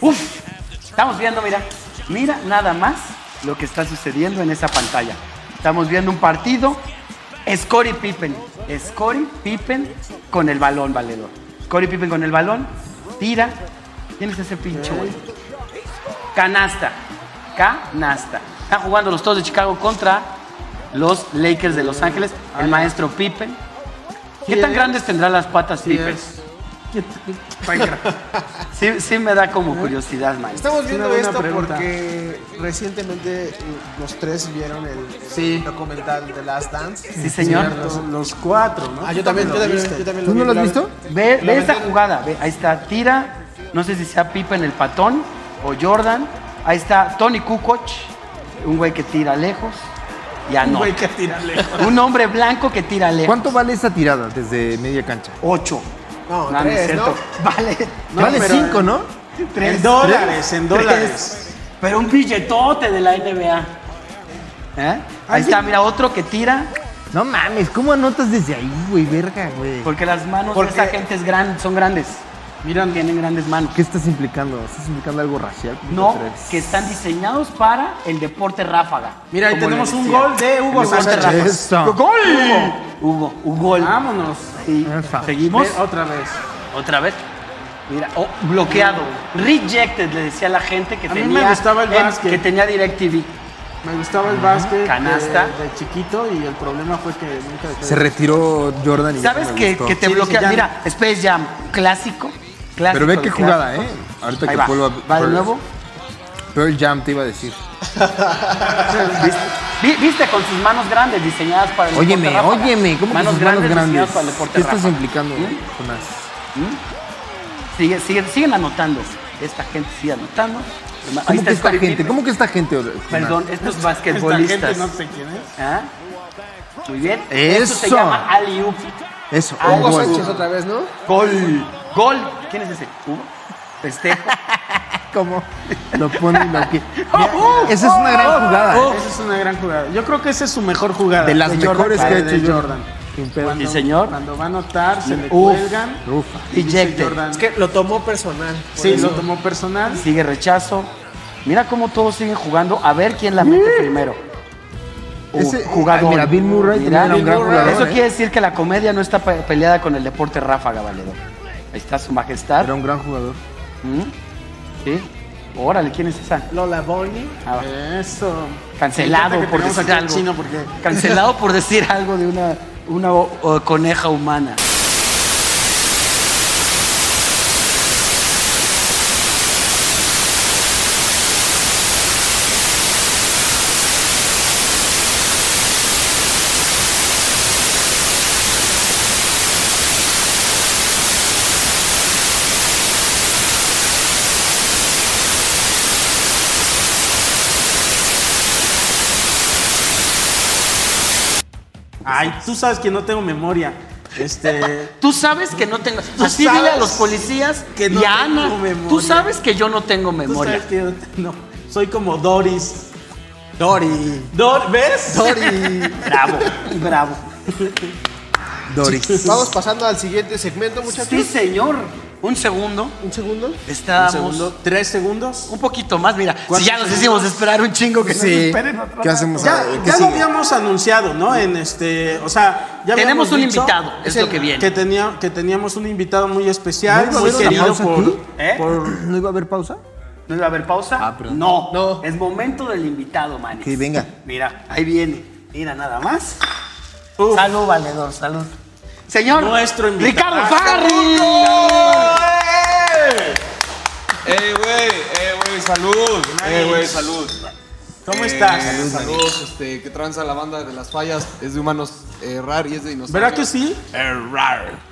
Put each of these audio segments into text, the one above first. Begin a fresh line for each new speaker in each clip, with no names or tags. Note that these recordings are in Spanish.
Uf, estamos viendo, mira, mira nada más lo que está sucediendo en esa pantalla. Estamos viendo un partido, Scottie Pippen, Scottie Pippen con el balón, valedor. Scottie Pippen con el balón, tira, tienes ese pinche güey. Canasta, canasta. Están jugando los todos de Chicago contra los Lakers de Los Ángeles, el maestro Pippen. ¿Qué tan grandes tendrán las patas Pippen? Sí, sí me da como curiosidad, maestro.
Estamos
Es
viendo
una buena
esto
pregunta.
porque recientemente eh, los tres vieron el, el
Sí.
documental de Last Dance.
Sí, señor.
Los cuatro, ¿no?
Ah, yo también, yo también, yo también
¿Tú no lo has
claro.
visto?
Ve, ve
metí
esa
en-
jugada, ve, ahí está, tira, no sé si sea Pippen el patón o Jordan, ahí está Tony Kukoc, un güey que tira lejos, ya
Ah,
no.
Güey, que tirarle.
Un hombre blanco que tira lejos.
¿Cuánto vale esa tirada desde media cancha?
Ocho.
No,
No, no es
tres,
cierto.
¿no?
Vale. no,
vale
pero-
cinco, ¿no?
Tres.
En dólares, en
Tres.
dólares.
Pero un billetote de la NBA.
Ah,
¿Eh? Ahí está, mira, otro que tira
No mames, ¿cómo anotas desde ahí, güey? Verga, güey.
porque las manos
Porque-
de esa gente es gran- son grandes. Miran, tienen grandes manos.
¿Qué estás implicando? ¿Estás implicando algo racial?
No,
¿Crees?
que están diseñados para el deporte ráfaga.
Mira, ahí
como
tenemos
le
un
decía.
gol de Hugo
El deporte
Sánchez.
ráfaga.
Eso.
¡Gol! Hugo, un gol.
Vámonos.
Sí.
Esa.
Seguimos.
Ve Otra vez.
Otra vez. Mira, oh, bloqueado. Rejected, le decía a la gente que
A mí
tenía.
me gustaba el
en-
básquet.
Que tenía DirecTV.
Me gustaba el básquet.
Canasta.
De, de chiquito y el problema fue que nunca dejé de-
Se retiró Jordan y ya
¿Sabes
no me
que,
gustó.
que te
Sí,
bloquea?
sí, ya.
Mira, Space Jam, clásico. clásico
Pero ve qué
de
jugada,
clásicos.
¿eh? Ahorita
Ahí
que
va.
vuelvo a-
Va de
Pearl-
nuevo.
Pearl Jam te iba a decir.
¿Viste? Vi- Viste con sus manos grandes diseñadas para el deporte
Óyeme,
ráfaga.
óyeme, ¿cómo
manos
que sus
grandes
manos
diseñadas
grandes?
para el deporte
¿Qué estás
ráfaga.
implicando,
¿Mm?
Jonás?
Sigue- sigue- siguen anotando. Esta gente sigue anotando.
¿Cómo que esta
Scottie
gente?
Pippen.
¿Cómo que esta gente? Jonás?
Perdón, estos
Esta
basquetbolistas.
gente no sé quién es.
¿Ah? Muy bien. Esto se
Eso.
llama Aliup.
Eso,
Ah,
un
Hugo
gol.
Sánchez otra vez, ¿no?
Gol. Gol. ¿Quién es ese? Hugo. Festejo.
¿Cómo? Lo pone y lo que.
¡Oh!
Esa es una gran jugada. ¿eh?
Oh. Esa es una gran jugada. Yo creo que esa es su mejor jugada.
De las
De Jordan,
mejores que
la
ha
de
hecho
Jordan.
Jordan.
oh.
Sin pedo.
Sí, señor.
Cuando va a anotar, se le
Uf.
cuelgan.
Rufa.
y dice
Ejected.
Jordan.
Es que lo tomó personal. por
sí,
eso.
lo tomó personal.
Sigue rechazo. Mira cómo todos siguen jugando. A ver quién la mete primero. Uh,
Ese-
jugador.
ah, mira, Bill Murray
Mira,
también era un gran jugador.
Eso
¿eh?
quiere decir que la comedia no está pe- peleada con el deporte ráfaga, valedor. Ahí está su majestad.
Era un gran jugador.
¿Mm? ¿Sí? Órale, ¿quién es esa?
Lola Bonnie.
Ah, va.
Eso. Me
Cancelado
encanta que
por
tengamos
decir
aquí al
algo.
chino porque
Cancelado por decir algo de una, una o- o coneja humana.
Ay, tú sabes que no tengo memoria. Este.
Tú sabes que no tengo.
Tú
Así dile a
sabes
los policías
que no
y a
tengo
Ana.
memoria.
Tú sabes que yo no tengo
tú
memoria.
sabes que yo no. Soy como Doris.
Dory.
Dor- ¿Ves?
Dory.
Bravo, bravo.
Doris.
Vamos pasando al siguiente segmento, muchachos.
Sí, señor. Un segundo.
Un segundo.
Estábamos un,
Segundo, tres segundos.
poquito más, mira. Si
¿Cuántos
ya nos
segundos?
hicimos esperar un chingo que
Sí. ¿Qué hacemos
Ya,
ahora? ¿Qué
ya lo
eh, sigue?
habíamos anunciado, ¿no? En este, o sea, ya
Tenemos
habíamos
un
dicho
invitado, es lo que viene.
Que, tenía, que teníamos un invitado muy especial,
¿No iba a
muy
haber una
querido
pausa
por,
aquí?
¿Eh?
por-
¿No iba a haber pausa?
¿No iba a haber pausa?
Ah, perdón.
no.
No.
Es momento del invitado, man.
Que venga.
Mira, ahí viene. Mira nada más.
Uf.
Salud, valedor, salud. Señor.
Nuestro invitado.
Ricardo Farri.
¡Ey, güey! ¡Ey, güey! ¡Salud! ¡Ey, güey! ¡Salud!
¿Cómo
Eh,
estás?
Saludos, este, que tranza la banda de las fallas. Es de humanos eh, rar y es de dinosaurios.
¿Verdad que sí?
Eh, rar.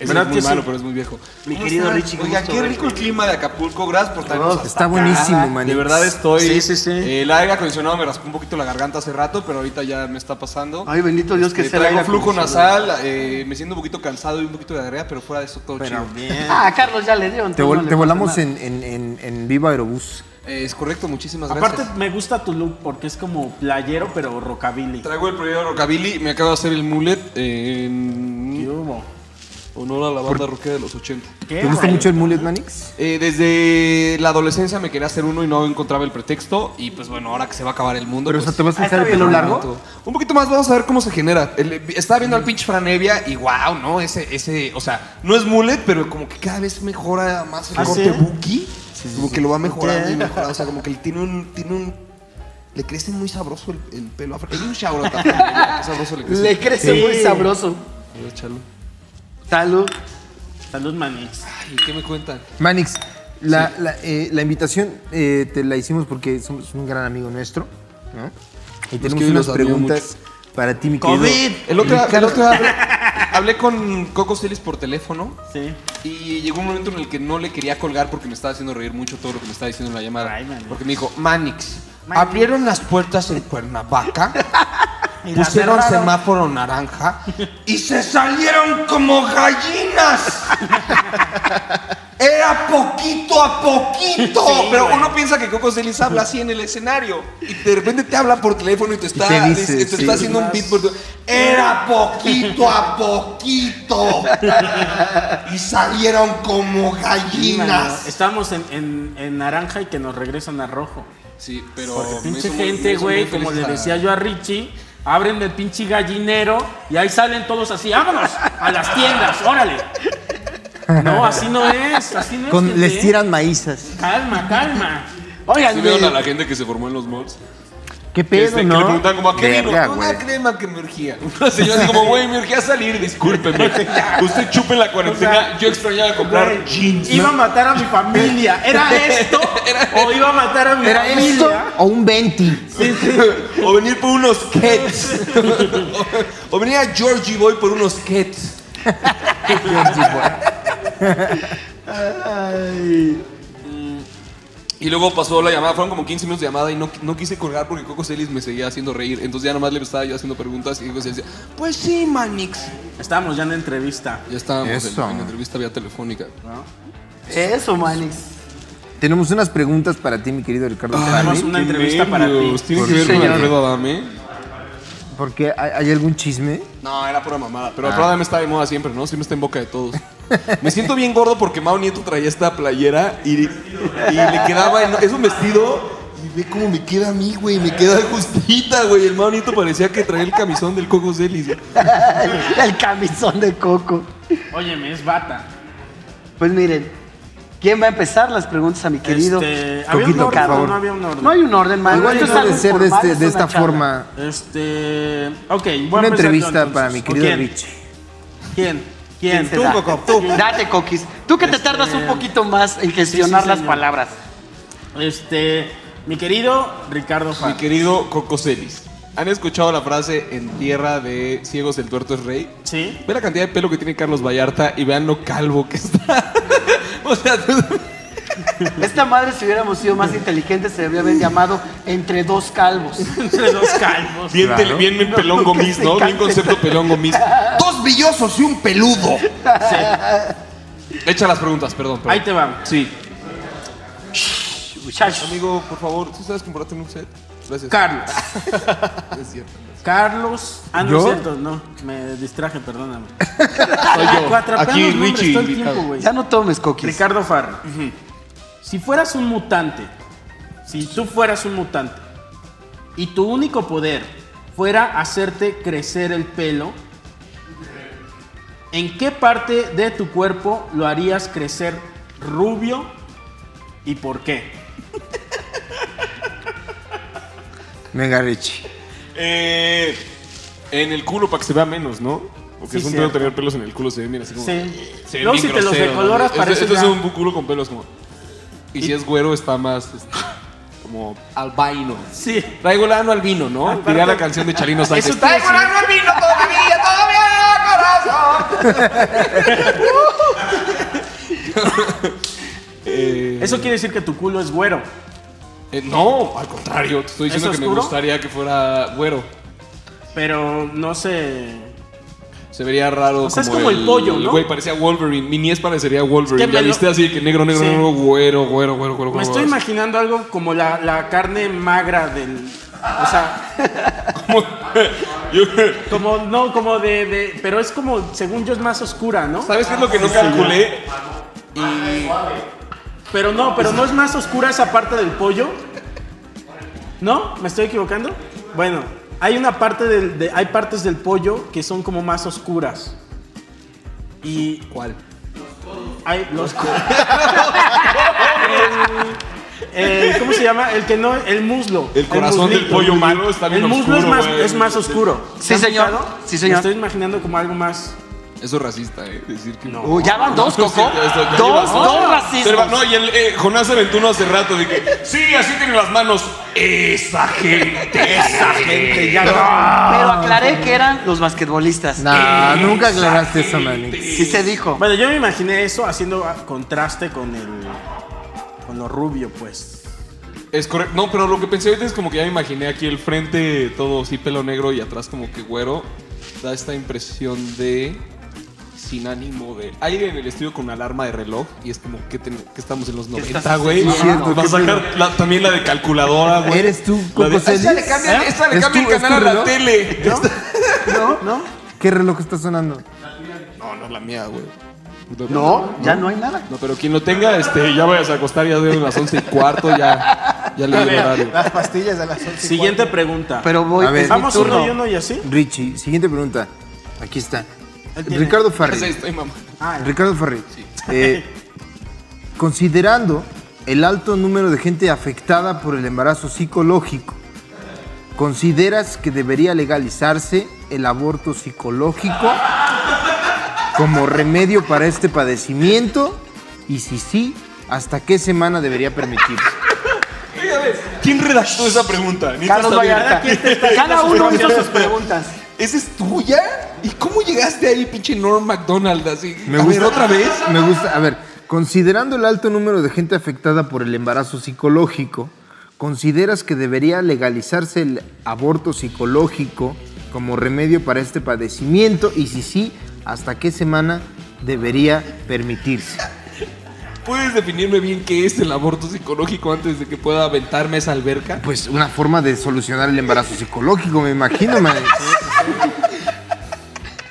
Eso
¿Verdad
es muy
que
malo,
sí?
pero es muy viejo.
Mi
¿Cómo
querido
estás?
Richie,
Oiga,
gusto
qué rico el
verte.
clima de Acapulco. Gracias por traernos hasta
Está
acá.
buenísimo, man.
De verdad estoy.
Sí, sí, sí.
eh, el aire acondicionado me raspó un poquito la garganta hace rato, pero ahorita ya me está pasando.
Ay, bendito Dios que
Eh,
sea el
traigo
aire
flujo
acondicionado.
nasal, eh, me siento un poquito cansado y un poquito de diarrea, pero fuera de eso todo chido.
Ah, Carlos ya le dio.
Te,
entonces
vol-
no le
te
pasa
volamos
nada.
en, en, en, en Viva Aerobús.
Eh, es correcto, muchísimas gracias.
Aparte me gusta tu look porque es como playero pero rockabilly.
Traigo el proyecto de Rockabilly, me acabo de hacer el mullet. eh,
¿Qué
en-
hubo?
Honor a la banda rockera de los 80.
¿Te gusta mucho el Mullet Manix?
Eh, desde la adolescencia me quería hacer uno y no encontraba el pretexto. Y pues bueno, ahora que se va a acabar el mundo.
Pero, o
pues,
sea, ¿te vas a
Ah,
dejar
está
el pelo
bien,
largo? Mm.
Un poquito más, vamos a ver cómo se genera. El- estaba viendo al pinche Franevia y wow, ¿no? Ese, ese, o sea, no es mullet, pero como que cada vez mejora más el
¿Ah,
corte
sí?
Buki. como que lo va mejorando
Ok.
y mejorando. O sea, como que le tiene un, tiene un. Le crece muy sabroso el, el pelo afro. Es un shout out a Franevia, qué sabroso le crece.
Le crece muy sabroso.
Échalo.
Salud.
Salud, manix.
Ay, ¿qué me cuentan?
Manix, la, la, eh, la invitación eh, te la hicimos porque es un, es un gran amigo nuestro, ¿no? Y tenemos
que
unas
los admiro
preguntas para ti, mi querido.
COVID.
El otro, el otro día hablé, hablé con Coco Celis por teléfono
Sí.
Y llegó un momento en el que no le quería colgar porque me estaba haciendo reír mucho todo lo que me estaba diciendo en la llamada.
Ay, Manix.
porque me dijo, Manix, abrieron las puertas en Cuernavaca,
Y la
pusieron
cerraron.
semáforo naranja y se salieron como gallinas. Era poquito a poquito.
Sí,
Pero
güey.
uno piensa que Coco Celis habla así en el escenario. Y de repente te habla por teléfono y te está,
te dice,
te está
sí.
haciendo un beat por tu- Era poquito a poquito. Y salieron
Sí,
como
mano.
gallinas.
Estábamos en, en- en naranja y que nos regresan a rojo.
Sí, pero.
Porque
Oh, me
pinche
hizo muy- me
gente,
hizo muy
güey,
feliz
como le
esa-
decía yo a Richie, abren el pinche gallinero y ahí salen todos así, vámonos a las tiendas, órale. No, así no es, así no es.
Con,
gente.
les tiran maízas.
Calma, calma.
Oigan,
¿Sí vieron a la gente que se formó en los malls?
¿Qué
Que,
pedo,
este, que
no?
le preguntaban como, ¿a qué vino?
Verga,
Una
güey.
crema que me urgía. Una señora así como, güey, me urgía salir, discúlpeme. Usted chupe la cuarentena,
O sea,
yo extrañaba comprar
Güey,
jeans.
Iba a matar a mi familia. ¿Era esto? ¿O iba a matar a mi
¿Era
familia?
esto o un 20?
O venir por unos kets. o, o venir a Georgie Boy por unos kets. Y luego pasó la llamada, fueron como 15 minutos de llamada y no, no quise colgar porque Coco Celis me seguía haciendo reír. Entonces ya nomás le estaba yo haciendo preguntas y Coco Celis decía, pues sí, Manix.
Estábamos ya en entrevista.
Ya estábamos en,
Eso.
en entrevista vía telefónica.
Eso, Manix.
Tenemos unas preguntas para ti, mi querido Ricardo.
Ah,
Tenemos
Farley,
una entrevista para ti.
¿Tiene que
Sí,
ver con
señor.
Alfredo Adame?
Porque hay, hay algún chisme.
No, era pura mamada. Pero Alfredo Adame está de moda siempre, ¿no? Siempre está en boca de todos. Me siento bien gordo porque Mao Nieto traía esta playera y, y le quedaba. en- es un vestido. Y ve cómo me queda a mí, güey. Me queda justita, güey. El Mao Nieto parecía que traía el camisón del Coco Celis.
El camisón de coco.
Óyeme, es bata.
Pues miren, ¿quién va a empezar las preguntas a mi querido?
Este, ¿había
Coquito,
un
por
orden o
favor.
no había un orden?
Ah, No hay un orden, Manix.
Igual
Esto
no
es
puede
algo
ser de,
informal,
este-
es
de
una
esta
charla.
forma.
Este. Ok, voy a
Una
empezar yo,
entrevista
entonces.
para mi
¿O
querido
quién?
Rich.
¿Quién? ¿Quién?
¿Quién se da? Date, Coquis. Tú que te
Este-
tardas un poquito más en gestionar
sí,
las
señor.
palabras.
Este. Mi querido Ricardo
Mi
Farley.
querido Coco Celis. ¿Han escuchado la frase en tierra de ciegos el tuerto es rey?
Sí.
Ve la cantidad de pelo que tiene Carlos Vallarta y vean lo calvo que está. o sea, tú-
Esta madre, si hubiéramos sido más inteligentes, se debería haber llamado Entre dos calvos.
Entre dos calvos.
Bien,
Claro.
tele- bien, bien pelón gomis, ¿no? Bien concepto pelón gomis. Dos brillosos y un peludo.
Sí.
Echa las preguntas, perdón. perdón.
Ahí te va.
Sí.
Muchachos.
Amigo, por favor, ¿tú sabes comprarte un set? Gracias.
Carlos.
Es cierto.
Carlos. Ah, no es
¿Yo?
cierto, no. Me distraje, perdóname.
Soy yo.
Atrapean
Aquí
los nombres
Richie.
todo el tiempo,
invitado.
güey.
Ya no tomes, Coquis.
Ricardo Farra. Si fueras un mutante, si tú fueras un mutante y tu único poder fuera hacerte crecer el pelo, ¿en qué parte de tu cuerpo lo harías crecer rubio y por qué?
Venga, Rich.
Eh, en el culo para que se vea menos, ¿no? Porque
Sí,
es un
cierto.
pedo tener pelos en el culo, se ve, mira, así como.
Sí.
se ve
Luego
bien
si te los
grosero,
decoloras
¿no?
parece
Este, este
ya-
es un culo con pelos como. Y, si es güero, está más. este, como albino.
Sí.
Traigo el ano al vino, ¿no?
Ah. Aparte-
Diría la canción de Chalino Sánchez.
Eso te iba a decir.
ano al vino todavía, todavía, corazón. Eh,
Eso quiere decir que tu culo es güero.
eh, no, al contrario, te estoy diciendo
¿Es
que me
oscuro?
gustaría que fuera güero.
Pero no sé.
Se vería raro.
O sea, es como el pollo, ¿no?
Güey, parecía Wolverine. Mi niés parecería Wolverine.
Es que
ya
me lo-
viste así, que negro, negro,
Sí.
negro, güero, güero, güero, güero.
Me
güero,
estoy
así.
imaginando algo como la, la carne magra del. O sea,
Como- Yo-
como. No, como de, de- Pero es como, según yo, es más oscura, ¿no?
¿Sabes qué es lo que no calculé?
Pero no, pero no es más oscura esa parte del pollo. ¿No? ¿Me estoy equivocando? Bueno, hay una parte del. de- hay partes del pollo que son como más oscuras. Y. ¿Cuál? Hay los. Eh, ¿Cómo se llama? El que no, el muslo.
El corazón del
muslito.
pollo malo está bien
El muslo
oscuro,
es, más,
güey.
es más oscuro.
Sí,
¿Te han
señor.
fijado?
Sí, señor.
Me estoy imaginando como algo más.
Eso es racista, ¿eh? Decir que
No.
Uy, Uh, ya van dos,
Sí,
Coco.
ya está, ya
Dos,
llevas-
dos
Pero va-
racismos.
no, y el eh, Jonás se aventó uno hace rato de que, sí, así tienen las manos. Esa gente, esa gente.
Ya no.
Ah,
Pero aclaré que eran los basquetbolistas.
Nah, nunca aclaraste eso, Manix.
Sí se dijo.
Bueno, yo me imaginé eso haciendo ah, contraste con el. con lo rubio, pues.
Es correcto. No, pero lo que pensé ahorita es como que ya me imaginé aquí el frente todo así pelo negro y atrás como que güero. Da esta impresión de sin ánimo de aire en el estudio con una alarma de reloj y es como que, ten- que estamos en los 90,
estás
güey.
haciendo? Sí, es
cierto,
Va a
qué
sacar la- también la de calculadora, güey.
¿Eres tú,
La de-
Coco Celis?
Esta le cambia,
¿Eh?
esta le
¿Es
cambia
tu-
el
es tu
canal a
reloj?
la tele.
No, no.
¿Qué reloj está sonando?
No, no es la mía, güey.
No, ya no hay nada.
No, pero quien lo tenga, este, ya vayas a acostar, ya deben las 11 y cuarto, ya, ya le dio el horario.
Las pastillas de las once y
Siguiente pregunta.
Pero voy.
A ver.
es mi
Vamos uno
turno.
y uno y así.
Richie, siguiente pregunta. Aquí está.
Él tiene.
Ricardo
Ahí
Farri.
estoy, mamá.
Ah, ya.
Ricardo Farri. Eh, considerando el alto número de gente afectada por el embarazo psicológico, ¿consideras que debería legalizarse el aborto psicológico como remedio para este padecimiento? Y si sí, ¿hasta qué semana debería permitirse?
¿Quién redactó esa pregunta? Ni
Carlos
tú sabías.
Vallarta. Cada uno hizo sus preguntas.
¿Esa es tuya? ¿Y cómo llegaste ahí, pinche Norm McDonald? Así?
Me
A
gusta-
ver, otra vez.
Me gusta, a ver, considerando el alto número de gente afectada por el embarazo psicológico, ¿consideras que debería legalizarse el aborto psicológico como remedio para este padecimiento? Y si sí, ¿hasta qué semana debería permitirse?
¿Puedes definirme bien qué es el aborto psicológico antes de que pueda aventarme esa alberca?
Pues una forma de solucionar el embarazo psicológico, me imagino, man.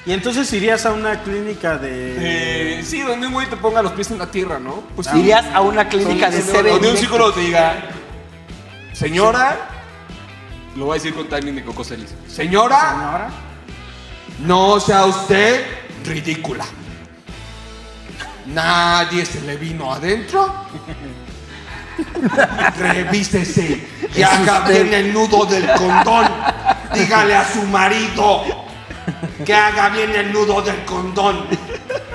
Y entonces irías a una clínica de.
Eh, sí, donde un güey te ponga los pies en la tierra, ¿no? Pues sí.
Irías a una clínica de
Donde un
CBD.
psicólogo te diga, señora, lo voy a decir con timing de Coco Celis. Señora,
¿Ahora?
no sea usted ridícula. Nadie se le vino adentro. Revísese y haga bien el nudo del condón. Dígale a su marido que haga bien el nudo del condón.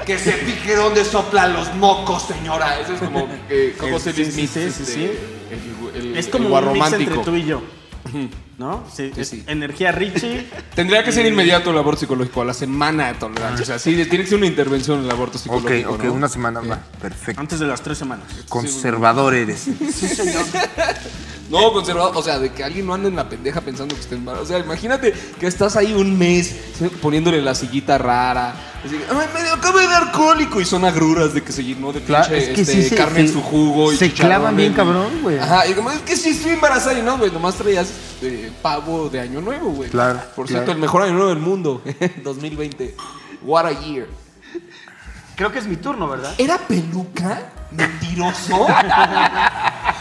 Que se fije dónde soplan los mocos, señora. Eso es como que Coco
Sí,
Celis
sí,
mix,
sí, sí,
este,
sí.
el- el-
Es
el
como un mix
guarromántico.
entre tú y yo. ¿No? Sí,
Sí,
es eh,
sí.
Energía Richie.
Tendría que ser inmediato el aborto psicológico, a la semana de
Ah.
tolerancia. O sea, sí, tiene que ser una intervención el aborto
Ok,
psicológico.
ok,
¿no?
una semana va. Perfecto.
Antes de las tres semanas.
Conservador eres.
No, conservado. O sea, de que alguien no ande en la pendeja pensando que está embarazada. O sea, imagínate que estás ahí un mes ¿sí? poniéndole la sillita rara. Así, Ay, me acabo de dar cólico. Y son agruras de que se llenó de
Claro,
pinche
es que
este,
sí se-
carne en
se-
su jugo. y
se
chicharrón
clavan bien
en-
cabrón, güey.
Ajá, y como, es que sí estoy embarazada. Y no, güey, nomás traías eh, pavo de año nuevo, güey.
Claro, claro.
Por cierto, el mejor año nuevo del mundo. 2020. What a year.
Creo que es mi turno, ¿verdad?
¿Era peluca? ¿Mentiroso?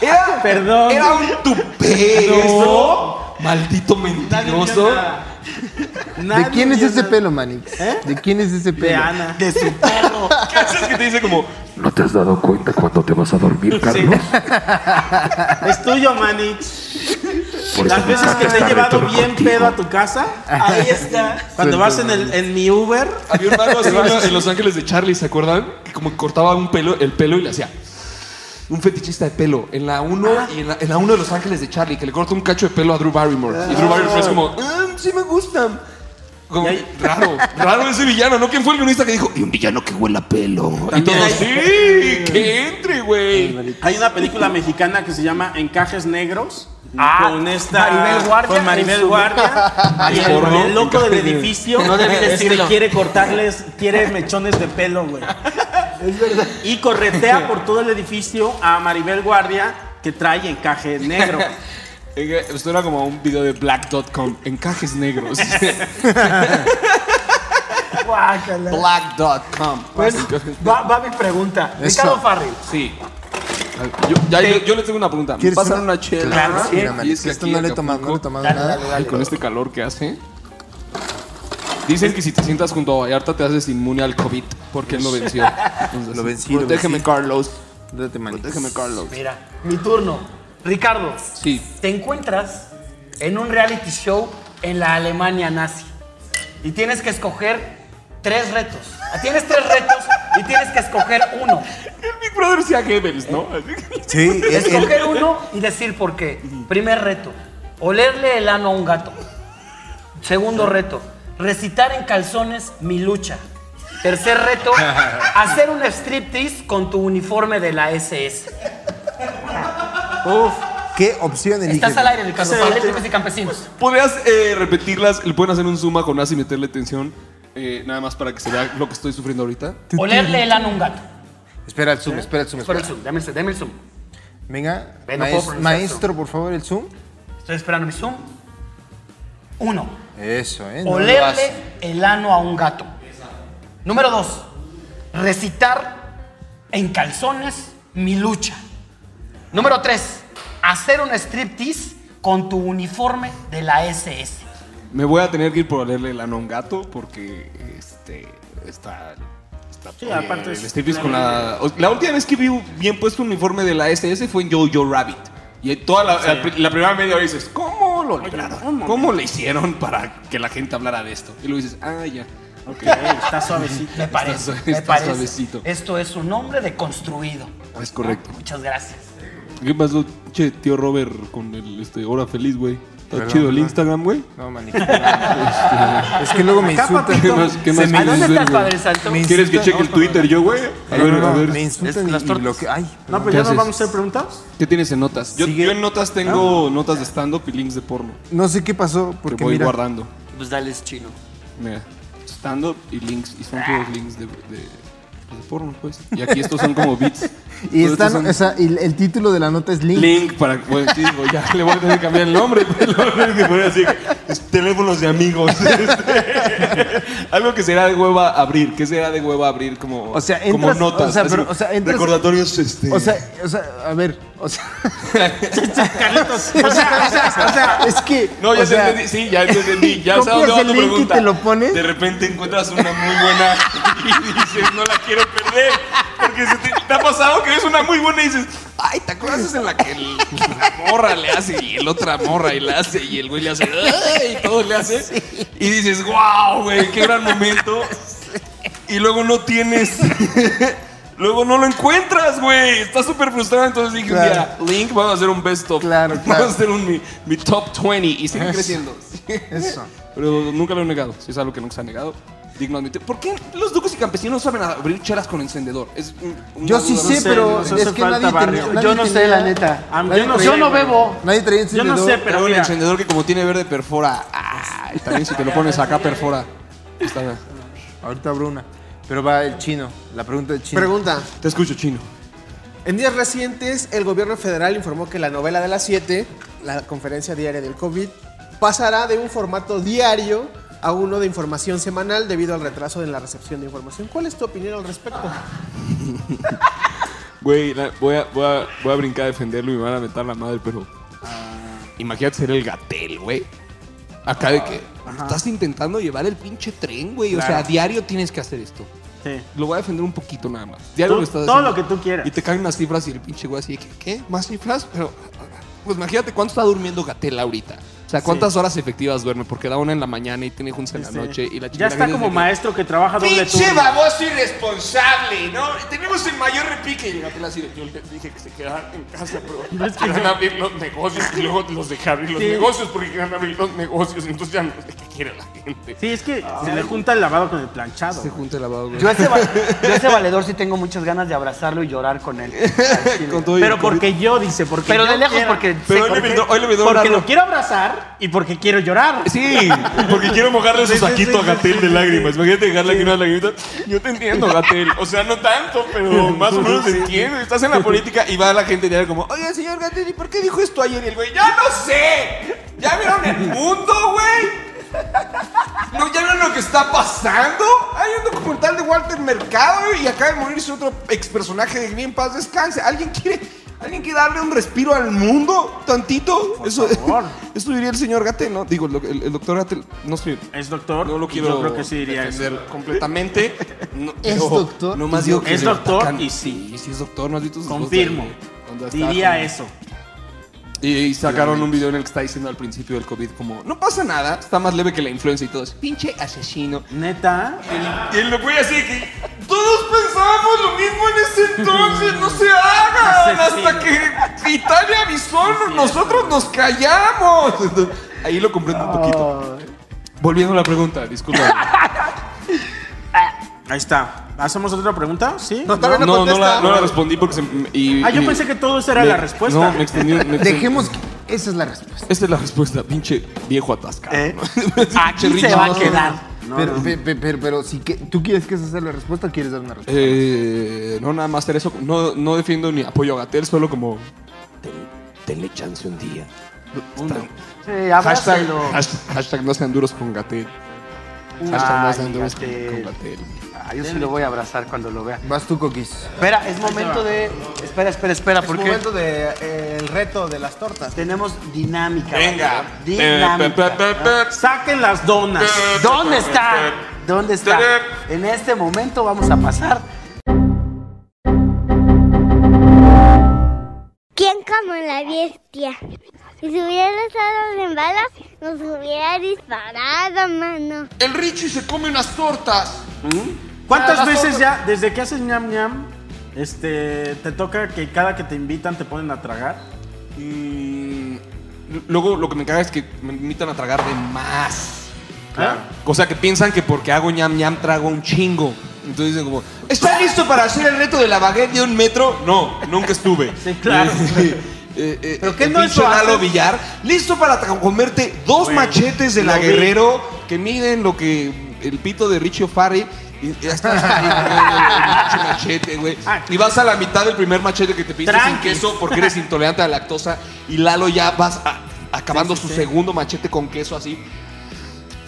¿Era,
Perdón.
¿Era un tupé? ¿Eso? Maldito mentiroso.
¿De quién es ese pelo, Manix?
¿Eh?
¿De quién es ese
De
pelo?
Ana.
De su perro.
¿Qué haces que te dice como,
¿No te has dado cuenta cuando te vas a dormir, Carlos?
Es tuyo, Manix.
Por
Las
eso me
veces que
encanta
te he
estar
llevado
retro
bien
contigo.
pedo a tu casa.
Ahí está.
Cuando vas en, el, en mi Uber.
había un mago así en Los Ángeles de Charlie, ¿se acuerdan? Que como que cortaba un pelo, el pelo y le hacía. Un fetichista de pelo. En la 1 y en la, en la 1 de Ah, Los Ángeles de Charlie, que le corta un cacho de pelo a Drew Barrymore. Y Drew Barrymore es como, "Ah, sí me gusta. Como-
Y ahí-
Raro, raro ese villano, ¿no? ¿Quién fue el guionista que dijo? Y un villano que huela a pelo. Y todos, sí, que entre, güey.
Hay una película mexicana que se llama Encajes Negros.
Ah,
con esta
Maribel Guardia
con Maribel
en su-
Guardia y el,
porno.
el loco del edificio
No debí
este,
decirlo.
quiere cortarles quiere mechones de pelo güey y corretea por todo el edificio a Maribel Guardia que trae encaje negro
Oiga, Esto era como un video de black.com, encajes negros.
Guácala.
black.com.
Bueno, va, va mi pregunta.
Eso.
Ricardo Farrell.
Sí. Yo, ya, yo, yo le tengo una pregunta. ¿Me
¿Quieres
pasan
una?
una chela?
Claro,
Y
mira, man,
es que
esto
aquí
no le he
en
tomado, no le he
Acapulco-
tomado
Dale,
nada.
dale, dale.
Y con este calor que hace. Dicen que si te sientas junto a Vallarta te haces inmune al COVID porque él lo venció. Entonces,
Lo vencí, lo
Protégeme,
vencí.
Carlos.
Date, man.
Protégeme, Carlos.
Mira, mi turno. Ricardo,
Sí.
te encuentras en un reality show en la Alemania nazi y tienes que escoger tres retos. Tienes tres retos y tienes que escoger uno.
El Big Brother sea Goebbels, ¿no?
Sí, es el-
Escoger uno y decir por qué. Primer reto, olerle el ano a un gato. Segundo reto, recitar en calzones mi lucha. Tercer reto, hacer un striptease con tu uniforme de la SS.
¿Qué opción eliges?
Estás al aire, Ricardo.
Ese-
Farrell, Tripes y Campesinos.
¿Podrías eh, repetirlas? ¿Le pueden hacer un zoom a Jonás y meterle tensión? Eh, nada más para que se vea lo que estoy sufriendo ahorita.
Olerle el ano a un gato.
Espera el zoom, espera el zoom.
Espera
Espera.
el zoom, dame el zoom, dame el zoom.
Venga,
Ve, no
maes-
puedo pronunciar
maestro, por favor, el zoom.
Estoy esperando mi zoom. Uno,
Eso, ¿eh? no lo
olerle
hace.
el ano a un gato. Número dos, recitar en calzones mi lucha. Número tres, hacer un striptease con tu uniforme de la SS.
Me voy a tener que ir por olerle el anón gato porque este está. está
Sí, aparte es-
el striptease con la, o- la última vez que vi bien puesto un uniforme de la SS fue en Jojo Rabbit. Y toda la, la pri- la primera media hora dices, ¿cómo lo lograron?
¿cómo?
¿cómo? le hicieron para que la gente hablara de esto? Y luego dices, ah, ya.
Ok, está suavecito
Me parece,
su-
me
está
parece.
suavecito.
Esto es un hombre deconstruido.
Es correcto.
Muchas gracias.
¿Qué pasó, che, tío Robert, con el este, Hora Feliz, güey? Está chido el Instagram, güey. Este,
No, man, ni- Es que luego me insultan.
¿Qué más- qué
Se
más
me-
¿A
quieres
dónde estás,
ver, güey?
Padre Santo?
Me
¿Quieres que
insultan-
cheque el Twitter yo, güey? A ver, a
No,
ver.
Me insultan y
las
y
tortas.
bloque- Ay,
no
no,
pues ya
¿Qué
nos
haces?
vamos a hacer preguntas
¿Qué tienes en notas? Yo,
Sigue.
yo en notas tengo notas de stand-up y links de porno.
no sé qué pasó,
Que
porque
voy
mira,
guardando.
Pues dale es chino.
Mira, stand-up y links. Y son todos links de, de- de porno, pues. Y aquí estos son como beats.
y
Todos estos
están,
son
o sea, y el título de la nota es Link.
Link para. Bueno, sí, digo, ya le voy a tener que cambiar el nombre. pues, lo único que voy a decir es teléfonos de amigos. Este, algo que será de hueva abrir. ¿Qué será de hueva abrir como,
O sea,
como
entras-
notas?
o sea,
así
pero,
como
o sea, entras-
recordatorios. Este,
O sea, o sea, a ver, o sea,
Carlitos
o sea, o sea, o sea, es que
No, ya
o
te
sea,
entendí, sí, ya te entendí. Ya
copias
sabes dónde
el
va tu
link y
pregunta.
te lo pones.
De repente encuentras una muy buena y dices, no la quiero perder. Porque se te, te ha pasado que ves una muy buena y dices, ay, ¿te acuerdas esa en la que el- la morra le hace y el otra morra y la hace y el güey le hace, "Ay", y todo le hace? Y dices, wow, güey, qué gran momento. Y luego no tienes. Luego no lo encuentras, güey. Estás súper frustrado. Entonces dije
Claro.
un día, Link, vamos a hacer un best of.
Claro, claro.
Vamos a hacer un, mi, mi top 20 y sigue creciendo.
Eso.
Pero nunca lo he negado. Si es algo que nunca se ha negado, digno admitir. ¿Por qué los ducos y campesinos saben abrir chelas con encendedor? Es un- una
Yo sí
duda.
sé,
sé,
pero
nos hace
es que
falta
nadie
barrio.
tenía,
Yo
nadie
no sé,
tenía-
la neta.
Am- yo no sé,
Yo no
güey.
bebo.
Nadie traía
yo
encendedor.
no sé pero
Luego el
mira
encendedor que como tiene verde perfora. Ah, y también si te lo pones acá perfora. Está bien.
Ahorita abro una. Pero va el chino, la pregunta del chino.
Pregunta.
Te escucho, chino.
En días recientes, el gobierno federal informó que la novela de las 7, la conferencia diaria del COVID, pasará de un formato diario a uno de información semanal debido al retraso en la recepción de información. ¿Cuál es tu opinión al respecto?
Güey, la- voy a, voy, a, voy a brincar a defenderlo y me van a meter la madre, pero. Imagínate ser el gatel, güey. Acá de que. Estás intentando llevar el pinche tren, güey. O sea, a diario tienes que hacer esto.
Sí.
Lo voy a defender un poquito nada más. Diario
Tú-
lo estás
todo
haciendo.
lo que tú quieras.
Y te caen unas cifras y el pinche güey así de que, ¿qué? ¿Más cifras? Pero. Pues imagínate cuánto está durmiendo Gatel ahorita. O sea, ¿cuántas horas efectivas duerme? Porque da una en la mañana y tiene juntas en la noche y la
Ya
chingada
está
viene
como
desde-
maestro que trabaja doble
¡Pinche
turno.
baboso irresponsable! ¿No? Tenemos el mayor repique. Y llega Atlas y yo les dije que se quedaran en casa, pero es que van a abrir los negocios y luego los dejé abrir los
Sí.
negocios porque querían abrir los negocios. Entonces ya no sé qué quiere la gente.
Sí, es que se le junta el lavado con el planchado.
Se junta el lavado, güey.
Yo a ese, va- yo a ese valedor sí tengo muchas ganas de abrazarlo y llorar con él.
Con todo y
Pero
el
porque yo, dice, porque
Pero
yo
de lejos,
quiero-
porque.
Pero
sí,
hoy le
porque-
vendró- hoy le vendró
Porque
Lalo.
lo quiero abrazar y porque quiero llorar.
Sí, porque quiero mojarle su
Sí, sí,
saquito
sí,
a
sí,
Gatel
sí,
de
sí,
lágrimas. Imagínate dejarle aquí una lagrimita. Yo te entiendo, Gatel. O sea, no tanto, pero más o menos te entiendo. Estás en la política y va la gente diaria como, oye, señor Gatel, ¿y por qué dijo esto ayer? Y el güey, ¡ya no sé! ¿Ya vieron el mundo, güey? ¿No, ¿Ya vieron lo que está pasando? Hay un documental de Walter Mercado y acaba de morirse otro ex personaje de Green Paz Descanse. ¿Alguien quiere, ¿Alguien quiere darle un respiro al mundo tantito? Eso,
favor.
eso diría el señor Gatel, ¿no? Digo, el, el- el doctor Gatel, no sé.
Es doctor.
No lo
y
quiero
Yo creo que sí diría eso.
defender completamente. No,
¿Es
pero
doctor?
No más digo que
Es
lo
doctor
atacan.
y sí.
Sí, es doctor, no has visto sus fotos de-
Confirmo.
cuando está
Diría
como-
eso.
Y, y sacaron un video en el que está diciendo al principio del COVID como, no pasa nada, está más leve que la influenza y todo. es, Pinche asesino.
Neta.
Y él lo voy así que todos pensábamos lo mismo en ese entonces, no se hagan
Asesino.
hasta que Italia avisó, nosotros nos callamos. Entonces, ahí lo comprendo un poquito. Volviendo a la pregunta, disculpa.
Ahí está. ¿Hacemos otra pregunta? ¿Sí?
No, todavía no,
No, no
contesta.
la, no la respondí porque se... y-
Ah, yo
y-
pensé que todo esa era
me-
la respuesta.
No, me extendí. me extendí.
Dejemos que esa es la respuesta.
Esta es la respuesta, pinche viejo atascado.
¿Eh?
¿no?
Aquí
Pinche
se va a
Richard.
quedar.
pero, pe- pe- pero, pero si que- tú quieres que esa sea la respuesta, quieres dar una respuesta.
Eh, no, nada más hacer eso. No, no defiendo ni apoyo a Gatel, solo como. "Ten- Tenle chance un día.
Sí,
Hashtag,
abrázalo.
hashtag- hashtag no sean duros con Gatel. Hashtag no
Ay,
sean duros con,
Gatel.
con Gatel.
Ah, yo sí lo voy a abrazar cuando lo vea.
Vas tú, Coquis.
Espera, es momento de. Espera, espera, espera,
Es
porque
momento del reto de las tortas.
tenemos dinámica.
Venga. Pe- pe- pe-
Dinámica.
pe-
Saquen las donas.
¿Dónde está? ¿Dónde está? En este momento vamos a pasar.
¿Quién como la bestia? Y si hubiera estado en balas, nos hubiera disparado, mano.
El Richie se come unas tortas.
¿Cuántas
Las
veces
tortas.
ya, desde que haces ñam ñam, este, te toca que cada que te invitan te ponen a tragar?
Mm, Luego lo que me caga es que me invitan a tragar de más. O sea, que piensan que porque hago ñam ñam trago un chingo. Entonces dicen como, ¿estás listo para hacer el reto de la baguette de un metro? No, nunca estuve.
Sí, claro.
Eh, eh, eh,
¿Pero
el
qué no
pinche
lo haces?
Lalo Villar, listo para tra- comerte dos
Güey,
machetes de la
lo vi.
Guerrero que miden lo que el pito de Richie O'Farrell. Y, y hasta el pinche machete, güey.
Ah.
Y vas a la mitad del primer machete que te pinches sin
Tranqui.
queso porque eres intolerante a la lactosa y Lalo ya vas a- acabando
Sí, sí,
su
sí.
segundo machete con queso así.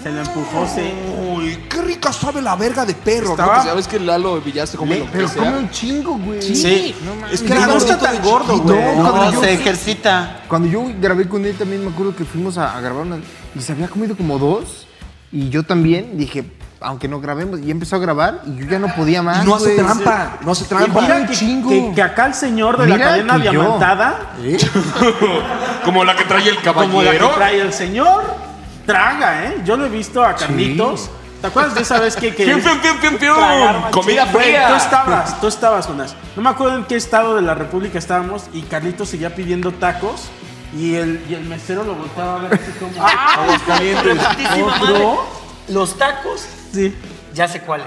Se lo empujó, sí.
Uy, qué rica sabe la verga de perro,
Estaba-
¿no? Que sabes pues, que Lalo Villar se come
Le-
lo que
pero
sea.
come un chingo, güey.
Sí.
Es que
Yo
era
cuando-
gusto tan gordo,
chiquito,
güey.
cuando
Pues, No,
yo-
se ejercita.
Cuando yo grabé con él también me acuerdo que fuimos a, a grabar una y se había comido como dos y yo también dije, aunque no grabemos, y empezó a grabar y yo ya no podía más.
Y no hace
güey.
trampa, no hace
Y
trampa.
mira
un
que,
chingo.
que- que acá el señor de la
Mira
cadena
que yo.
diamantada,
¿Eh?
Como la que trae el
como la que
caballero.
trae el señor, traga, ¿eh? Yo lo he visto a Carlitos. ¿Te acuerdas de esa vez que... que
Pium, pium, pium, pium, pium.
tragaron-
Comida
Güey, Tú
fría.
estabas, tú estabas, Jonas. No me acuerdo en qué estado de la República estábamos y Carlitos seguía pidiendo tacos y el, y el mesero lo voltaba a ver así como...
Aguascalientes.
¿Otro?
Ah, Los tacos,
Sí.
ya sé cuáles.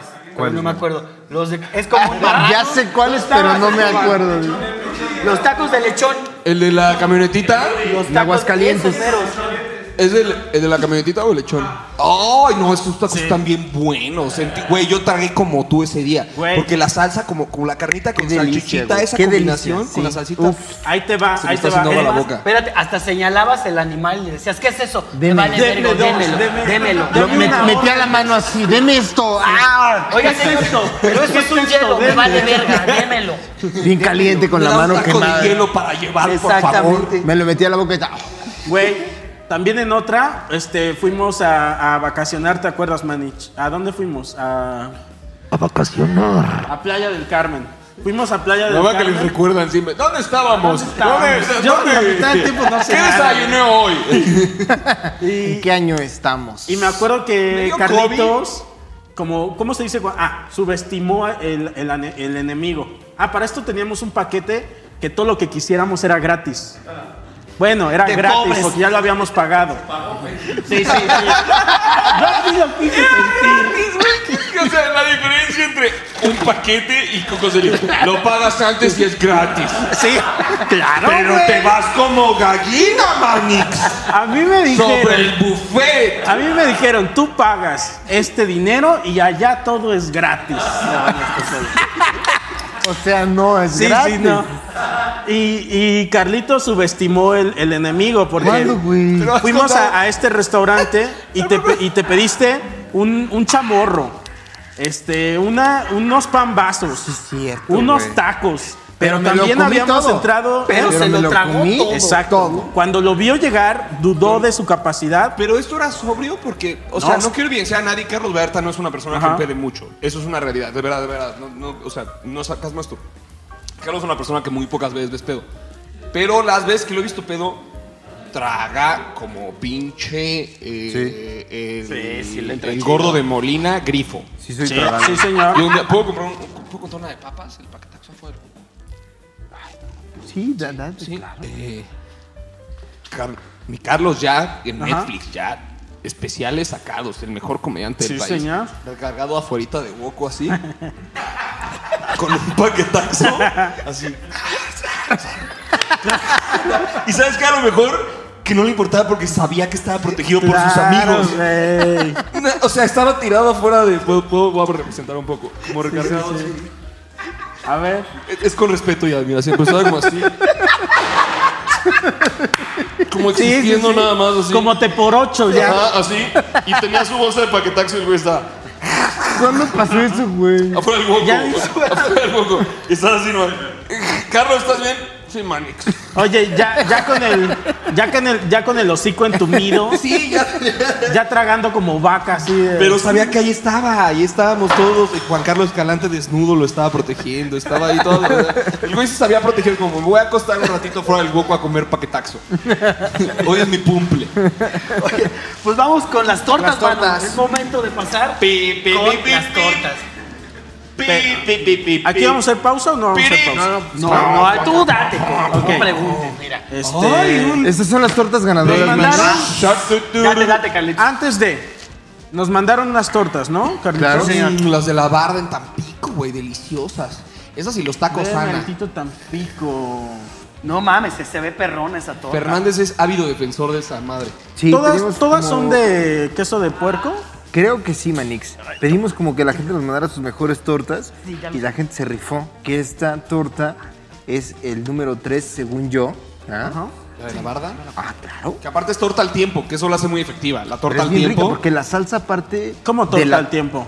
No me acuerdo. Los de- es como un
Ya
marrano.
sé cuáles, pero no me acuerdo. güey.
Los tacos de lechón.
El de la camionetita.
Los
En
tacos
Aguascalientes.
esos meros.
¿Es del, el de la camionetita o el lechón? Ay, no, esos tacos están bien buenos. Sentí- Güey, yo tragué como tú ese día.
Güey.
Porque la salsa, como con la carnita con
Qué delicia,
salchichita,
güey.
esa
Qué
combinación
delicia,
con la
sí.
salsita.
Uf.
Ahí te va,
Se me
ahí
está
te va.
haciendo agua la
Además,
boca.
Espérate, hasta señalabas el animal y decías, ¿qué es eso?
Deme.
Vale,
Deme
vergo,
dos,
démelo,
deme-
démelo.
deme
Me-
una
metía la mano así, deme esto, ¡ah!
Oiga,
¿Qué es
señor,
esto?
pero
¿Qué
eso es
es
un
esto?
hielo, me
Deme.
vale verga, démelo.
Bien caliente con
Me
la
da un
mano
taco
quemada.
de hielo para llevar, por favor.
Exactamente.
Me lo metía a la boca y ta-
Güey, también en otra, este, fuimos a, a vacacionar, ¿te acuerdas, Manich? ¿A dónde fuimos? A,
A vacacionar.
a Playa del Carmen. Fuimos a Playa del
No va que
Carmen.
les recuerdan siempre. ¿Dónde estábamos? ¿Dónde
estábamos? Yo
¿Dónde?
la mitad del tiempo no sé
¿Qué
nada.
desayuné hoy?
Y-
¿En qué año estamos?
Y me acuerdo
¿Me
que
dio
Carlitos, como, ¿cómo se dice? cua- Ah, subestimó a- el, el ane- el enemigo. Ah, para esto teníamos un paquete que todo lo que quisiéramos era gratis. Bueno, era
Ah. De
gratis
pobres.
porque ya lo habíamos pagado.
Sí, sí, sí.
Yo así lo quise sentir.
o sea, la diferencia entre un paquete y Coco Celis. Lo pagas antes y es gratis.
Sí, claro.
Pero
güey.
te vas como gallina, Manix.
A mí me
Sobre
dijeron,
el buffet.
a mí me dijeron, tú pagas este dinero y allá todo es gratis.
O sea, no es
Sí,
gratis.
sí, no. Y, y Carlitos subestimó el, el enemigo porque
¿Cuándo, güey?
Pero has
fuimos
contado-
a, a este restaurante y te, pe- y te pediste un, un chamorro, este, una, unos pambazos,
es cierto,
unos
güey.
tacos.
Pero
Pero,
me lo
también
comí
habíamos
todo.
entrado.
Pero,
Pero
se
me
lo
lo
tragó
comí.
todo.
Exacto.
todo.
Cuando lo vio llegar, dudó de su capacidad.
Pero esto era sobrio porque, o sea, no quiero evidenciar a nadie. Carlos Berta no es una persona
Ajá.
que pede mucho. Eso es una realidad, de verdad, de verdad. No, no, o sea, no sacas más tú. Carlos es una persona que muy pocas veces ves pedo. Pero las veces que lo he visto pedo, traga como pinche. eh, el,
Sí, sí, le entra
el
chido.
gordo de Molina, grifo.
Sí, soy
Sí,
tragante.
sí, señor.
Y un día, ¿puedo comprar un, ¿puedo comprar una de papas? El paquetaxo fue.
Sí, da- da-
Sí.
claro.
eh, Car- mi Carlos ya en
Ajá.
Netflix, ya especiales sacados, el mejor comediante
Sí,
del país.
señor.
Recargado afuera de Woco así. con un paquetazo. Así. y sabes que a lo mejor que no le importaba porque sabía que estaba protegido por sus
Claro,
amigos.
güey.
Una- O sea, estaba tirado afuera de. Puedo, puedo- voy a representar un poco. Como recargado. así.
A ver.
Es, es con respeto y admiración, pero estaba como así. como
Sí, sí,
existiendo
sí.
nada más así.
Como te por ocho ya.
Ajá, Ah, así. Y tenía su bolsa de paquetaxo y el güey estaba
¿Cuándo pasó eso, güey?
afuera del hueco. Afuera del hueco. Y estaba así, no. Carlos, ¿estás bien? Sí, Manix.
Oye, ya, ya con el, ya con el, ya con el hocico entumido,
Sí, ya.
ya tragando como vaca así. de-
Pero sabía que ahí estaba, ahí estábamos todos. y Juan Carlos Escalante desnudo lo estaba protegiendo, estaba ahí todo. El güey se sabía proteger, como me voy a acostar un ratito fuera del hueco a comer paquetaxo. Hoy es mi cumple.
Pues vamos con las tortas,
Las tortas.
mano. Es momento de pasar con las tortas.
¿Aquí vamos a hacer pausa o no vamos a hacer pausa?
No, no, tú date, no preguntes, mira.
Este,
Estas son las tortas
Nos
ganadoras, man.
mandaron,
Date, date, Carlitos.
antes de, nos mandaron las tortas, ¿no, Carlitos?
Claro.
Sí,
Mm, Las de la barda en Tampico, güey, deliciosas. Esas y los tacos
Ve,
Ana.
maldito Tampico.
No mames, se- se ve perrón esa torta.
Fernández es ávido defensor de esa madre.
Sí, pedimos
todas todas
como-
son de queso de puerco.
Creo que sí, Manix. Pedimos como que la gente nos mandara sus mejores tortas
Sí, ya lo-
y la gente se rifó que esta torta es el número 3, según yo. ¿Ah?
La de la barda.
Ah, claro.
Que aparte es torta al tiempo, que eso la hace muy efectiva.
Pero
La torta
es
al
bien rica
tiempo.
porque la salsa aparte
¿Cómo
de
torta
la-
al tiempo?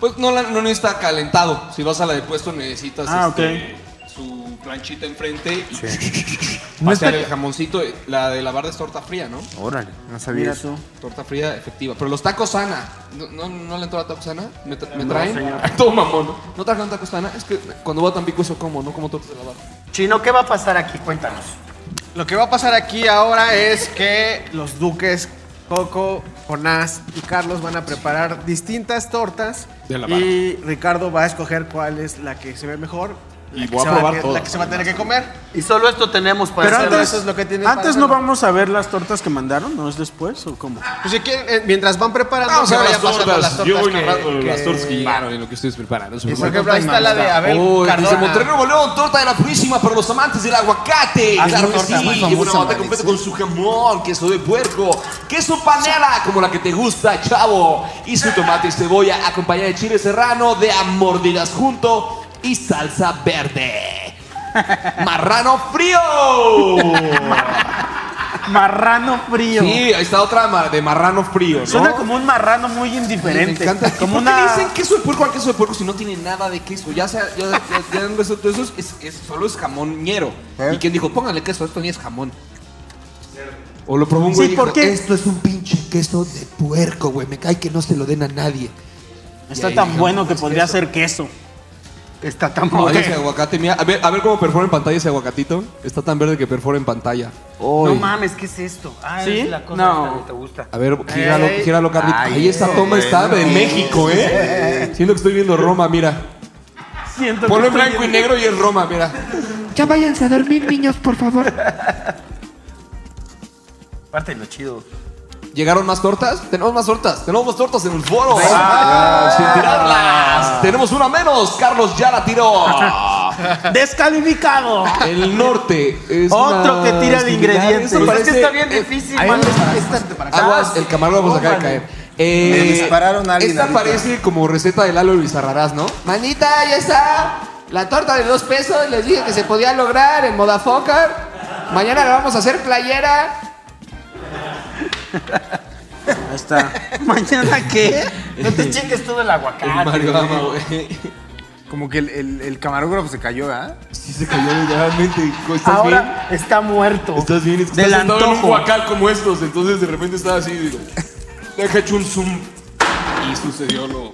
Pues no, la, no necesita calentado. Si vas a la de puesto
Pues,
necesitas
Ah,
este, su planchita enfrente y
No
pasear
está-
el jamoncito. La de la barda es torta fría, ¿no?
Órale, no sabía
Mira
eso.
tú.
Torta fría efectiva. Pero los tacos sana. ¿No, no, no le entró la tacos sana? ¿Me, tra- me traen? Todo mamón. ¿No trajeron tacos sana? Es que cuando voy a Tampico eso como, no como tortas de la barda.
Chino, ¿qué va a pasar aquí? Cuéntanos.
Lo que va a pasar aquí ahora es que los duques Coco, Jonás y Carlos van a preparar distintas tortas
De la
y Ricardo va a escoger cuál es la que se ve mejor la
Y
que
voy a
se va
probar
que-
todas.
la que se va a tener que comer.
Y solo esto tenemos para
Pero
hacer
antes,
eso es lo que tiene para
antes no
hacerlo.
vamos a ver las tortas que mandaron, ¿no es después o cómo?
Pues si quieren, eh, mientras van preparando,
Vamos
que
a ver
vayan
las
pasando
tortas. Yo voy
que-
narrando las
que-
tortas que llegaron en lo que ustedes preparando.
Por ejemplo, ahí está la de Abel
Oh, desde
Cardona.
Monterrey, Nuevo León, torta de la purísima para los amantes del aguacate.
Ah,
claro
sí,
que
torta muy
sí,
famosa,
una batalla
Alex,
completa
sí.
con su jamón, queso de puerco, queso panela, como la que te gusta, chavo. Y su tomate y cebolla acompañada de chile serrano, de amordidas junto y salsa verde. Marrano frío.
Marrano frío.
Sí, ahí está otra ma- de marrano frío, ¿no?
Suena como un marrano muy indiferente.
Me encanta. ¿Y
Como
¿Por qué
una.
le dicen queso de puerco al queso de puerco si no tiene nada de queso? Ya sea, ya, ya, ya han resuelto eso, es, es- solo es jamonero.
¿Eh?
Y quien dijo, póngale queso, esto ni es jamón. O lo probó un
Sí,
güey y dijo,
¿por qué?
esto es un pinche queso de puerco, güey. Me cae que no se lo den a nadie.
Está
Y ahí
tan
dijeron,
bueno que
pues,
podría
queso.
ser queso.
Está tan
Ay,
verde.
ese aguacate, mira, a ver, a ver cómo perfora en pantalla ese aguacatito. Está tan verde que perfora en pantalla.
No
Ay.
mames, ¿qué es esto? Ah,
¿Sí?
es la cosa
No.
esta que te gusta.
A ver, gíralo,
Ey.
gíralo, Carlito.
Ay,
Ahí esa toma está de México, ¿eh? Siento que estoy viendo Roma, mira.
Siento que
Ponlo en
estoy
blanco y
viendo-
negro y es Roma, mira.
Ya váyanse a dormir, niños, por favor.
Parte de lo chido.
¿Llegaron más tortas? Tenemos más tortas. Tenemos más tortas en el foro. Ah, sin tirarlas. Tenemos una menos. Carlos ya la tiró.
¡Descalificado!
El norte. es
Otro
una
que tira de
actividad.
ingredientes. Pues
Eso
Pero es
parece-
que está bien
eh,
difícil,
Ahí
mano.
está, esta para acá.
Aguas, el camarón vamos a acabar de caer. Eh,
Le dispararon a alguien
Esta
ahorita.
parece como receta de Lalo Bizarrarás, ¿no?
Manita, ya está. La torta de dos pesos, les dije que se podía lograr en Modafocar. Mañana la vamos a hacer playera.
Ahí está.
¿Mañana qué? No te chingues todo el aguacate.
El Mario Ama, güey.
Oh. Como que el, el- el camarógrafo se cayó, ¿ah? ¿verdad?
Sí se cayó literalmente. ¿Estás bien?
Ahora está muerto.
¿Estás bien? Es que
Del
estás sentado en un
antojo.
huacal como estos. Entonces de repente estaba así, digo, deja hecho un zoom. Y sucedió lo...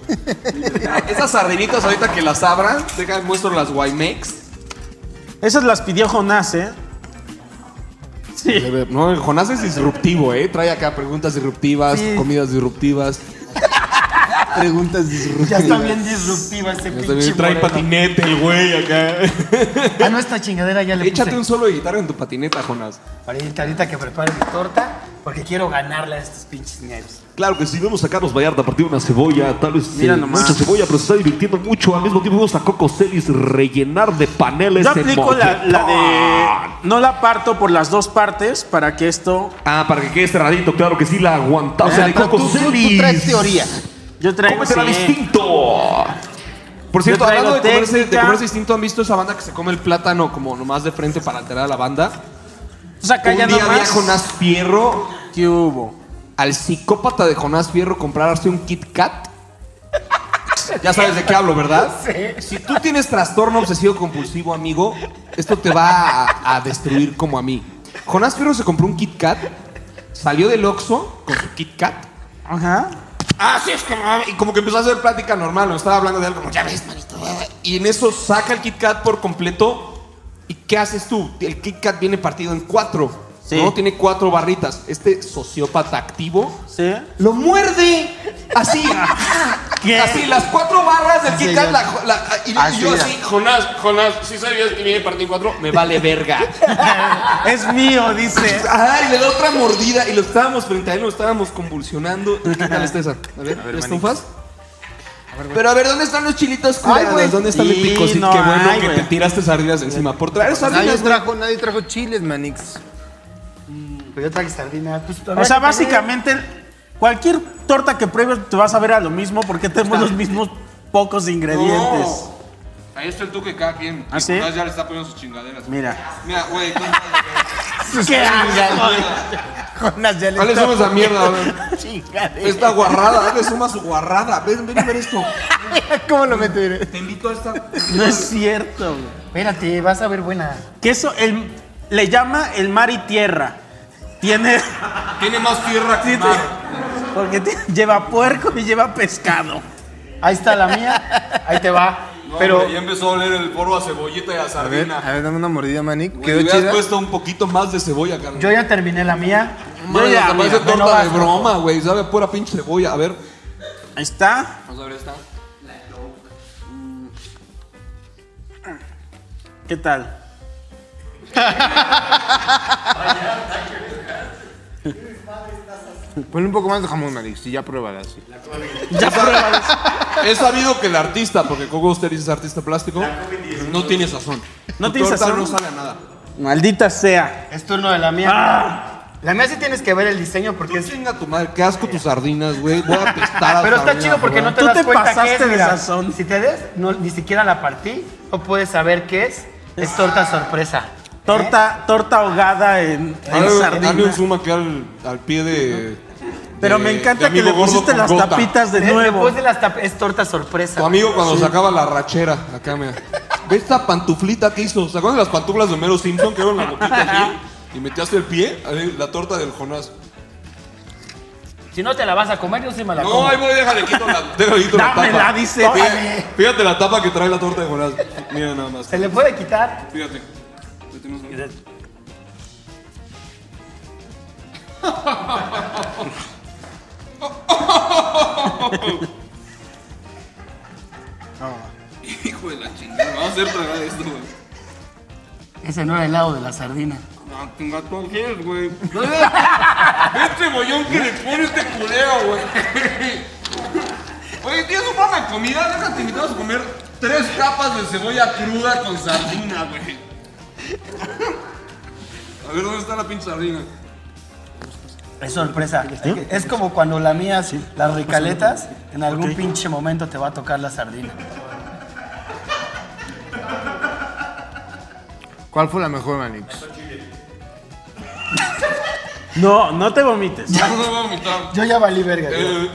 Esas sardinitas ahorita que las abran, deja, muestro las Guaymex.
Esas las pidió Jonás, ¿eh? Sí.
No, el Jonás es disruptivo, ¿eh? Trae acá preguntas disruptivas, comidas disruptivas. preguntas disruptivas.
Ya está bien disruptiva ese
Está bien,
pinche
Este, Trae
moreno.
patinete el güey acá.
A nuestra chingadera ya le
Échate
puse.
un solo de guitarra en tu patineta, Jonás.
Ahorita, ahorita que prepare mi torta, porque quiero ganarla a estos pinches negros.
Claro que si vemos a Carlos Vallarta a partir de una cebolla, tal vez
Mira
eh,
nomás.
mucha cebolla, pero se está divirtiendo mucho. Al mismo tiempo vemos a Coco Celis rellenar de paneles
Yo
en
aplico la, la
Montepán.
de. No la parto por las dos partes para que esto.
Ah, para que quede cerradito, claro que sí, la aguantamos.
Ah,
de
pero
Coco
tú- tú- tú
Celis.
traes teoría.
Yo traigo.
Cómetela
sí.
distinto.
Por cierto,
Yo traigo
hablando de comerse, de
técnica.
comerse distinto, ¿han visto esa banda que se come el plátano como nomás de frente para alterar a la banda?
Entonces acá
Un
ya
día vi a
nomás.
Jonás Fierro,
¿Qué hubo?
al psicópata de Jonás Fierro, comprarse un Kit Kat. Ya sabes de qué hablo, ¿verdad? Si tú tienes trastorno obsesivo compulsivo, amigo, esto te va a, a destruir como a mí. Jonás Fierro se compró un Kit Kat, salió del Oxxo con su Kit Kat,
Ajá.
Así es como. Y como que empezó a hacer plática normal, no estaba hablando de algo como, ya ves, manito. eh". Y en eso saca el Kit Kat por completo. ¿Y qué haces tú? El Kit Kat viene partido en cuatro.
Sí.
No tiene cuatro barritas. Este sociópata activo
Sí. Ah,
lo muerde. Así. Así, las cuatro barras del Kit Kat. la- la- y
Así
yo
era.
así, Jonás, Jonás, si sabías que viene partido en cuatro, me vale verga.
Es mío, dice.
Ajá, y le da otra mordida y lo estábamos frente a él, lo estábamos convulsionando. ¿Qué tal está esa? A ver, ¿la estufas? Pero a ver, ¿dónde están los chilitos
güey.
curados? ¿Dónde están el
Sí,
picocito?
no
Qué bueno
hay,
que
güey.
te tiraste sardinas encima. Por traer
Nadie
sardinas, güey.
trajo, nadie trajo chiles, Manix.
Pero yo traje sardina. pues,
O
habrá
sea,
que poner-
básicamente, cualquier torta que pruebes te vas a ver a lo mismo porque tenemos los mismos pocos ingredientes.
Ahí está el tuque cada quien.
¿Ah, sí? Jonás
ya le está poniendo sus chingaderas.
Mira.
Mira, güey.
¡Qué asco!
Jonas ya le
¿Cuáles
está-
son esa mierda? güey? Esta guarrada, dale suma su guarrada. Ven, ven a ver esto.
¿Cómo lo meteré?
Te invito a esta.
No es cierto. güey.
Espérate, vas a ver buena.
Queso, el, le llama el mar y tierra. Tiene.
Tiene más tierra que mar.
Porque ti- lleva puerco y lleva pescado.
Ahí está la mía. Ahí te va. Pero
ya empezó a oler el polvo a cebollita y a
A ver, a ver, dame una mordida, Manix.
Güey,
¿Quedó
le hubieras
chida?
puesto un poquito más de cebolla, carnal.
yo ya terminé la mía.
Madre,
Yo ya,
hasta parece
mira, de
torta de
Nova.
broma, güey. Sabe a pura pinche cebolla. A ver.
Ahí está.
Vamos a ver esta.
¿Qué tal?
Ponle un poco más de jamón, Manix, y ya pruébala así.
Ya pruebas.
He sabido que el artista, porque Coco Ustedes es artista plástico, no tiene sazón.
No
Tu
tiene
torta
sazón.
no sabe a nada.
Maldita sea.
Es turno de la mía.
Ah.
La mía sí tienes que ver el diseño porque es.
Chinga tu madre, qué asco tus sardinas, güey. Voy a apestar a
Pero está
sardinas,
chido porque no
¿verdad?
te
Tú
das
te
cuenta
pasaste
qué es,
de
mira.
sazón.
Si te des, no, ni siquiera la partí, no puedes saber qué es. Es torta sorpresa.
Torta,
¿Eh?
torta ahogada en,
A
en
ver, Dale un
sardinas.
zoom aquí al, al pie de.
Pero
de-
me
de
encanta que
amigo
le
gordo
pusiste
con
las
gota.
tapitas de
Eh,
nuevo.
Después de las tap- es torta sorpresa.
Tu amigo cuando sacaba la rachera, acá me. Ve esta pantuflita que hizo. ¿Se acuerdan de las pantuflas de Homero Simpson que eran la boquita aquí? Y metías el pie, ahí, la torta del Jonás.
Si no te la vas a comer, yo sí me la como.
No, ahí voy, déjale, quito la, déjale, quito la tapa.
Dámela, dice.
eh.
Fíjate, fíjate la tapa que trae la torta de Jonás. Mira nada más.
Se le puede quitar.
Fíjate. Ya tenemos un- Hijo de la chingada, vamos a hacer tragar esto, güey.
Ese no era el lado de la sardina.
Ah, chinga, tú quieres, güey. Este bollón que le pone este culero, güey. Oye, tienes un plan de comida, déjate invitados a comer tres capas de cebolla cruda con sardina, güey. A ver, ¿dónde está la pinche sardina?
Es sorpresa. Es como cuando lamías las ricaletas, en algún pinche momento te va a tocar la sardina.
¿Cuál fue la mejor, Manix?
No, no te vomites.
No, no voy a vomitar.
Yo ya valí verga.
Eh,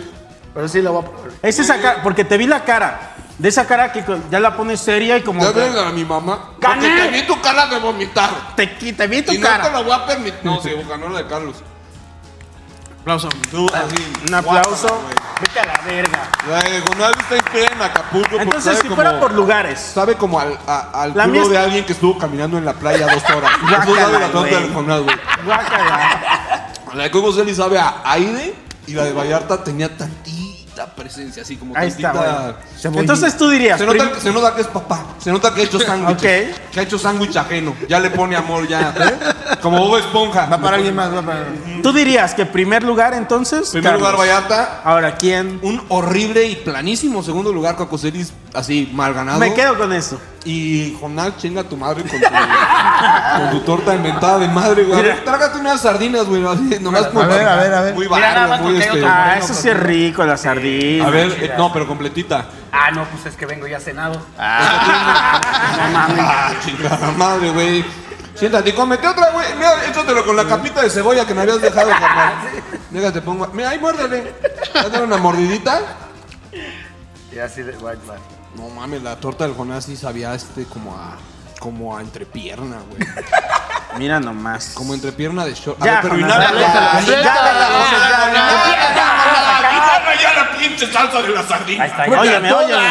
Pero sí lo voy a probar.
Es esa cara, porque te vi la cara. De esa cara que con- ya la pones seria y como.
ya
que-
ven a mi mamá.
¡Gané!
Porque te vi tu cara de vomitar.
Te, qui- te vi
Y
tu
no te
cara.
lo voy a permitir. No, se ganó la de Carlos.
Aplauso.
Tú, así.
Un aplauso.
Guácala,
Vete a la verga.
güey. La de Jonás está inspirada en Acapulco. porque
Entonces,
sabe
si
como-
fuera por lugares.
Sabe como al, a- al
La
culo
mía es-
de alguien que estuvo caminando en la playa dos horas. Eso sabe la torta del Jonás, güey.
Guácala.
La de Coco Celis sabe a Aide y la de Vallarta tenía tantita presencia, así como
Ahí
tantita.
está, Entonces tú dirías.
se,
prim-
nota, que- se nota que es papá, se nota que ha hecho sándwich.
Ok.
Que ha hecho sándwich ajeno. Ya le pone amor, ya. ¿eh? Como Bob Esponja.
Va para alguien más, va para.
Tú dirías que primer lugar entonces.
Primer
Carlos.
lugar, Vallarta.
Ahora, ¿quién?
Un horrible y planísimo segundo lugar, Coco Celis, así mal ganado.
Me quedo con eso.
Y Jonás, chinga tu madre con tu, con tu torta inventada de madre, güey. A ver,
Mira.
Trágate unas sardinas, güey. así, nomás
A
como
ver,
para-
a ver, a ver.
Muy
Mira,
barrio,
nada más
muy
porque hay
este-
otro-
Ah, eso sí es rico, la sardina.
A ver, eh, no, pero completita.
Ah, no, pues es que vengo ya cenado.
Ah, chingada madre, güey. Siéntate y cómete otra, güey. Mira, échatelo con la capita de cebolla que me habías dejado, carnal. Mira, te pongo. Mira, ahí muérdele. Dale una mordidita.
Y así de white man.
No mames, la torta del Jonás sí sabía este como a. como a entrepierna, güey.
Mira nomás.
Como entrepierna de short. Ah,
Ya, Jonás,
la
completa,
torta.
completa,
ya la pinche salsa de la sardina.
Ahí está, ahí está.
Óyeme, óyeme.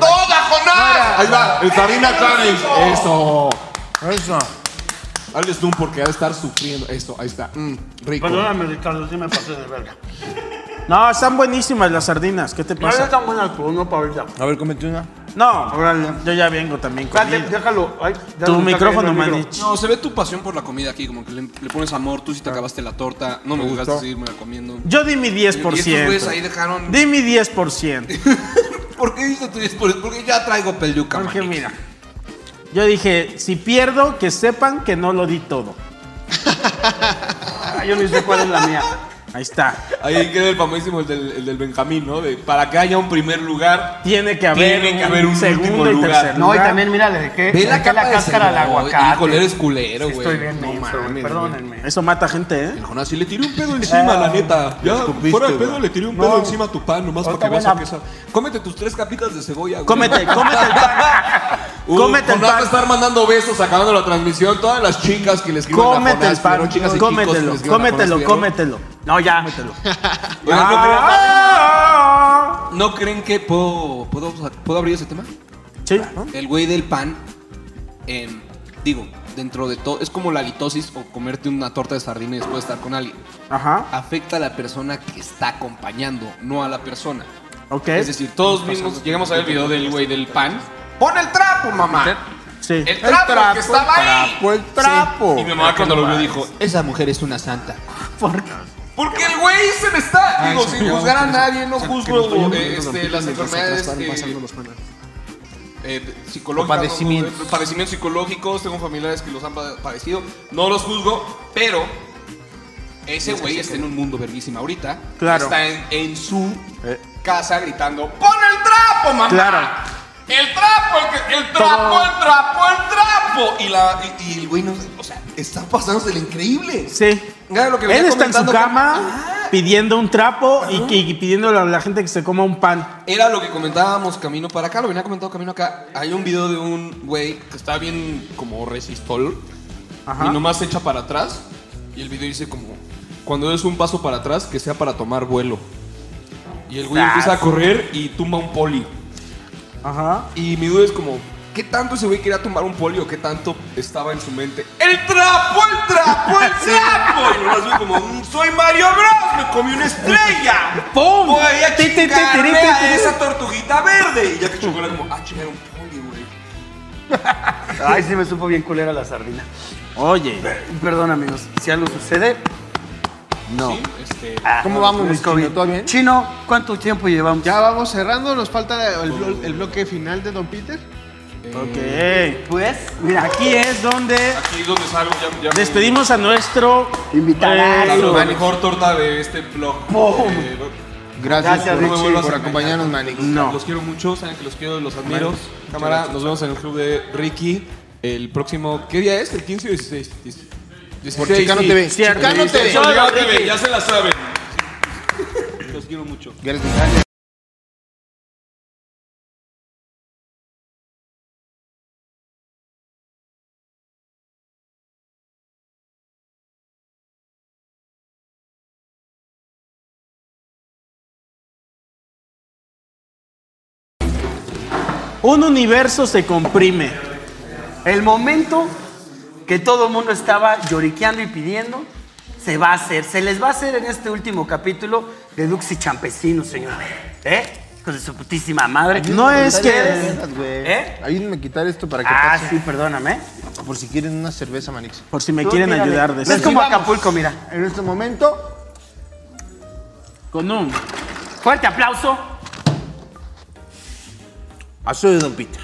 ¡Toda Jonás! Ahí va, el sardina challenge. Eso.
Eso.
Hazles tú porque ha de estar sufriendo. Eso, ahí está. Mm, rico.
Perdóname, Ricardo, sí me pasé de verga.
No, están buenísimas las sardinas. ¿Qué te
No, no
pasa?
están buenas, pero no para ahorita.
A ver, cómete una.
No, yo ya vengo también con
Espérate, déjalo. Ay, ya
Tu
me está
micrófono,
cayendo el
manich.
micro.
No, se ve tu pasión por la comida aquí, como que le, le pones amor, tú sí te acabaste la torta, no me buscaste seguirme la comiendo.
Yo di mi
Y estos güeyes
10%.
ahí dejaron-
Di mi 10%.
¿Por qué dices tú después? Porque ya traigo peluca,
Porque
manix.
mira, yo dije, si pierdo, que sepan que no lo di todo.
Ah, yo ni sé cuál es la mía.
Ahí está.
Ahí queda el famosísimo, el del, el del Benjamín, ¿no? De, para que haya un primer lugar.
Tiene que haber,
Tiene que haber un último
segundo y
lugar.
tercer
No, y
lugar.
también mira, le dejé,
Ve
le
la
dejé
capa
la
de
cáscara al
cebolla,
aguacate.
híjole, eres culero,
Sí,
güey.
Estoy bien,
No
menso, güey,
mames, güey.
perdónenme.
Eso mata gente, ¿eh?
El Jonás sí le tiré un pedo encima,
Ah,
la neta. Ya, fuera de pedo le tiré un pedo encima a tu pan, nomás para que veas a qué sabe. Cómete tus tres capitas de cebolla, güey.
Cómete, cómete el pan.
Uh,
Cómete el
Jonás va a
pan.
estar mandando besos acabando la transmisión. Todas las chicas que les escriban a
Cómete
Jonás,
el pan.
pero chicas y chicos que le
Cómetelo,
escriban a
cómetelo,
Jonás, ¿vieron?
cómetelo. No, ya. Cómetelo.
Oigan, ¿no creen-
Ah.
¿no, creen que puedo, puedo, puedo abrir ese tema?
Sí.
El güey del pan, em, digo, dentro de todo, es como la litosis o comerte una torta de sardina y después estar con alguien.
Ajá.
Afecta a la persona que está acompañando, no a la persona.
Ok.
Es decir, todos mismos llegamos a ver el video del güey del pan. ¡Pon el trapo, mamá!
Sí.
El trapo, que estaba ahí.
el trapo.
Y mi mamá cuando lo vio dijo, esa mujer es una santa. Porque el güey se me está.
Ah,
Digo, sin juzgar
pues,
a nadie, Ah, no juzgo eh, este, las enfermedades eh, eh, psicológicas.
padecimientos.
no, eh, padecimientos psicológicos, tengo familiares que los han pa- padecido. No los juzgo, pero ese güey está en un mundo verguísima ahorita.
Claro.
Está en, en su casa gritando, ¡pon el trapo, mamá!
Claro.
El trapo, el, que- el trapo,
Todo.
el trapo, el trapo. Y, la, y, y el güey no. O sea, está pasándose el increíble.
Sí.
Mira lo que venía
Él está en su
comentando que-
cama pidiendo un trapo y, que- y pidiéndole a la gente que se coma un pan.
Era lo que comentábamos camino para acá, lo venía comentando camino acá. Hay un video de un güey que está bien como resistol
Ajá.
y nomás se echa para atrás y el video dice como cuando es un paso para atrás, que sea para tomar vuelo. Y el güey
Ah,
empieza a correr y tumba un poli.
Ajá.
Y mi duda es como, ¿qué tanto ese güey quería tumbar un poli o qué tanto estaba en su mente? ¡El trapo, el trapo, el trapo! Y nomás güey como, "Mm, soy Mario Bros, me comí una estrella.
¡Pum!
Voy a
Ti, ti, ti, ti, ti,
chingarme
ti, ti.
a esa tortuguita verde. Y ya que chocó era como, ah, chingar un poli, güey.
Ay, sí me supo bien culera la sardina.
Oye.
Perdón, amigos, si algo sucede. este, No.
¿Cómo vamos, mi
COVID.
chino? ¿Todo bien?
Chino, ¿cuánto tiempo llevamos?
Ya vamos cerrando, nos falta el, blo- el bloque final de Don Peter.
Ok.
Pues, mira,
Aquí es donde
Aquí es donde salgo, ya, ya me-
despedimos a nuestro
Invitadazo.
Claro, la
Eh,
mejor torta de este blog.
¡Pum!
Eh,
Gracias,
Gracias,
por,
Richie,
por
por
acompañarnos, Manix.
No.
Los quiero mucho, saben que los quiero, los admiro. Cámara, nos vemos en el club de Ricky el próximo. ¿Qué día es? ¿El 15 o 16? 16.
Por Chicano TV. Chicano TV.
Chicano TV, ya se la saben. Los quiero mucho.
Gracias.
eh, Un universo se comprime.
El momento que todo el mundo estaba lloriqueando y pidiendo, se va a hacer. Se les va a hacer en este último capítulo de Dux y Champesino, señor. ¿Eh? Con su putísima madre.
No es que-
¿Ustedes? ¿Eh?
Ayúdenme a quitar esto para que
Ah,
pase.
sí, perdóname.
Por si quieren una cerveza, Manix.
Por si me quieren ayudar de
Es como Acapulco, mira.
En este momento,
Con un.
Fuerte aplauso.
a su de Don Peter.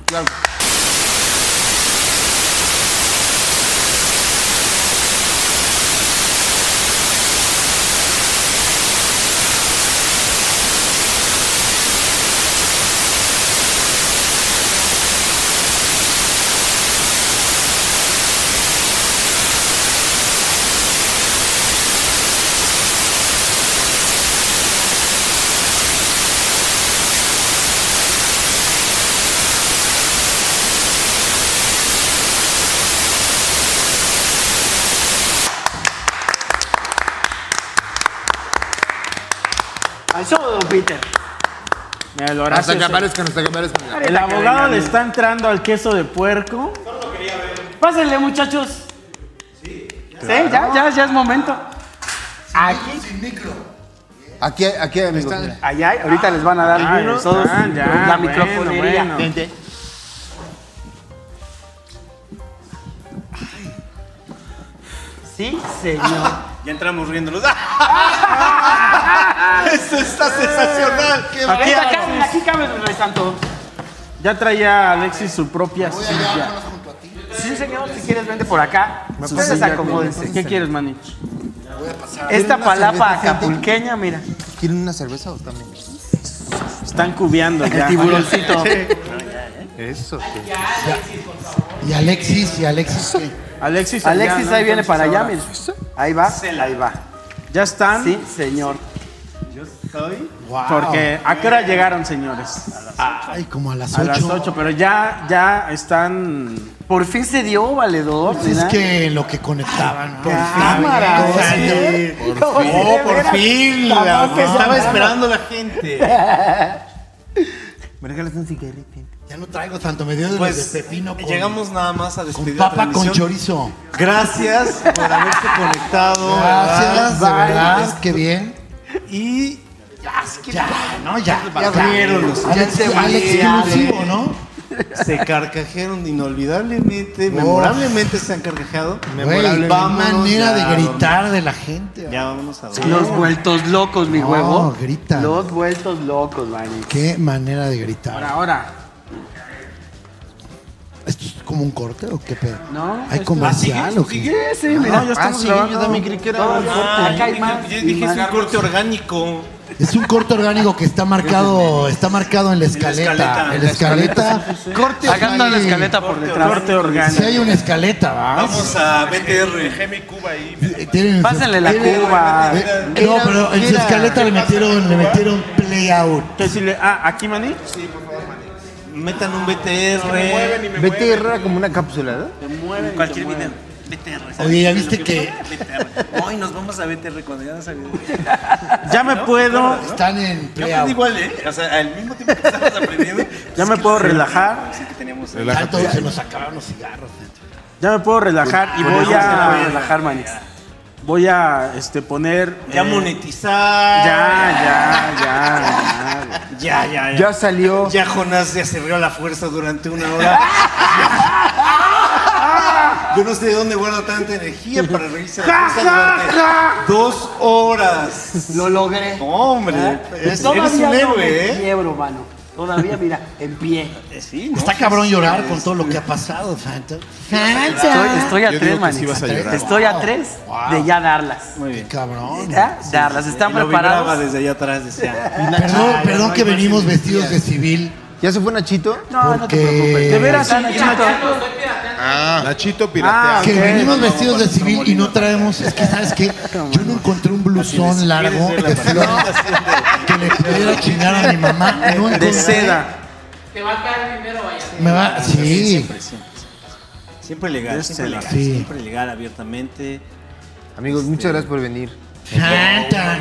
Al show de Don Peter.
Mira, el Horacio
Hasta que
se-
aparezcan, hasta que aparezcan.
El abogado le está entrando al queso de puerco.
Pásenle, muchachos. Sí. Sí, ya, ya, ya es momento. Aquí,
Aquí, aquí, amigos. mira.
allá, ahorita les van a dar
Ah,
algunos,
ya
todos
están, ya,
la
bueno,
microfonería.
bueno.
Vente.
Sí, señor.
Ya entramos riéndonos.
Eso está sensacional. Qué
Aquí,
bárbaro.
cabe, aquí cabe donde están todos.
Ya traía Alexis su propia silla.
Sí, señor, si quieres, vente por acá. Ustedes acomódense.
¿Qué quieres, Manich?
Esta
Una
palapa
cerveza, gente.
acapulqueña, mira.
¿Quieren una cerveza o también?
Están cubeando ya.
Eso. Y Alexis, y Alexis.
Alexis, allá,
Alexis
¿no?
ahí viene
Entonces
para allá,
ahora-
mira. Ahí va, ahí va.
Ya están.
Sí, señor.
Porque ¿a qué hora llegaron, señores?
Ay, como a las
A las 8, pero ya ya están
Por fin se dio, valedor.
Pues
mira.
que lo que conectaban.
Ah,
Ah, Cámara, ¿eh? Como si de veras- Jamás que se
Estaba
hablaba.
esperando la gente.
Me regalas un cigarrito.
Ya no traigo tanto, me dio de los
Pues
de pepino con,
llegamos nada más a
con
despedir la
papa con
transmisión.
chorizo.
Gracias por haberse conectado.
Gracias, de
¿verdad?
verdad, qué bien.
Y
Ya, no, ya. Ya
rieron los
Alex,
gente,
Alex
ya,
exclusivo,
de-
¿no?
se carcajearon inolvidablemente, memorablemente se han carcajado.
Güey, qué
Vámonos
manera
ya,
de
vámonos.
gritar de la gente.
Ya vámonos a dormir.
Los vueltos locos, mi
No,
huevo.
grita.
Los vueltos locos, Manny.
Qué manera de gritar.
ahora.
¿Esto es como un corte o qué pedo?
No, Pues
¿Hay comercial o qué?
¿Qué? Sí, mira.
Ah,
No, ya estamos grabando.
Todo el corte, ah, acá hay más.
Yo
y
dije,
más.
es un corte orgánico.
Es un corte orgánico que está
Este
marcado, está marcado en la escaleta. En la escaleta. Corte
Hagan toda la
orgánico.
escaleta por detrás.
Corte
Si
orgánico.
hay una escaleta, ¿va?
Vamos a BTR.
Tienen-
Pásenle la
tienen-
cuba.
Eh, No, pero en su escaleta le metieron, le metieron play out.
Que si le- ah, aquí Manich.
Metan un BTR.
Vete y erra como una cápsula, ¿verdad?
Cualquier video. BTR. ¿sabes?
Oye, ¿ya
Lo
viste que-
fue BTR. Hoy nos vamos a BTR cuando ya no salió.
Ya me puedo.
Están en
Yo aprendí igual, ¿eh? O sea, al mismo tiempo que estábamos aprendiendo.
Ya me puedo relajar.
Sí, que teníamos.
Ya todos se nos acabaron los cigarros.
Ya me puedo relajar y
Con
voy
eso se la voy
a
a relajar,
Manix. Voy a este, poner.
Ya
eh,
monetizar.
Ya, ya, ya. güey.
Ya, ya, ya.
Ya salió.
Ya Jonás se acerrió a la fuerza durante una hora.
Yo no sé de dónde guardo tanta energía para reírse de
Ja,
la fuerza
ja,
durante
ja.
dos horas.
Lo logré.
Hombre, eres, eres
Eh, Todavía
un
no
héroe,
me
¿eh?
quiebro, mano. Todavía, mira, en pie.
Está cabrón llorar con todo lo que ha pasado. Fanta.
Estoy, estoy a
Yo digo
tres,
que
Manix.
sí vas a llorar.
Estoy a
Wow.
tres
Wow.
de ya darlas.
Muy bien.
Cabrón.
Ya darlas. ¿Están
Lo vibraba
preparados?
desde allá atrás, decía.
Perdón,
Ay,
perdón
no,
que
no,
venimos
no,
vestidos de civil.
¿Ya se fue Nachito?
No, no te
porque-
preocupes.
De veras,
Están
Nachito.
Nachito.
Ah, Nachito piratea.
Ah,
Que
ok.
venimos vestidos de civil y no traemos, es que sabes qué, yo no encontré un blusón largo de flor que le pudiera chingar a mi mamá. No encontré.
De seda.
Me va, sí.
Siempre, siempre. Siempre legal,
Este
siempre
la-
legal,
sí.
siempre legal abiertamente.
Amigos, muchas gracias por venir.
Jata.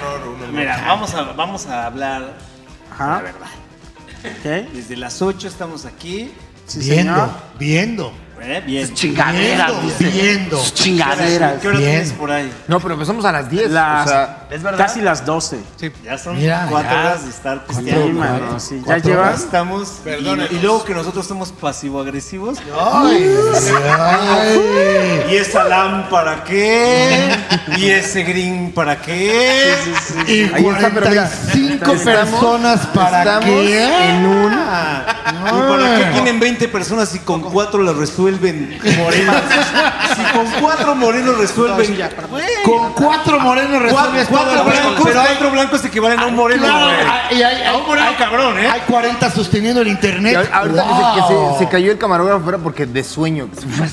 Mira, vamos a, vamos a hablar la
Ajá.
verdad.
Ok.
Desde las 8 estamos aquí.
Sí, señor.
Viendo, viendo,
Eh, bien.
Chingaderas,
viendo,
dice.
viendo.
Chingaderas.
¿Qué hora
bien.
tienes por ahí?
No, pero empezamos a las 10.
Las,
O sea,
¿es verdad?
Casi las 12.
Ya son
Mira,
4
ya.
horas de estar
Cuatro
Sí,
pisteando.
horas.
mano, sí. ¿Ya
Cuatro
Ya
llevas?
estamos. y-
Perdónenos.
Y, luego que nosotros somos pasivo-agresivos.
Ay, ay.
¿Y esa LAM para qué? ¿Y ese green para qué?
Y
Ahí está, pero mira,
45
estamos-
personas para
estamos
qué?
en un
¿Y
Ah.
para qué tienen 20 personas y con 4 las resuelven morenos? si con 4 morenos resuelven.
Con cuatro morenos resuelves
4
todo el
blancos,
juego.
pero 4 blancos equivalen a un moreno,
Claro,
güey.
hay- hay- hay-
a un moreno
hay-
cabrón, ¿eh?
Hay 40 sosteniendo el
y
internet.
ahor- ahorita
Wow.
que, se, que se- se cayó el camarógrafo era porque de sueño.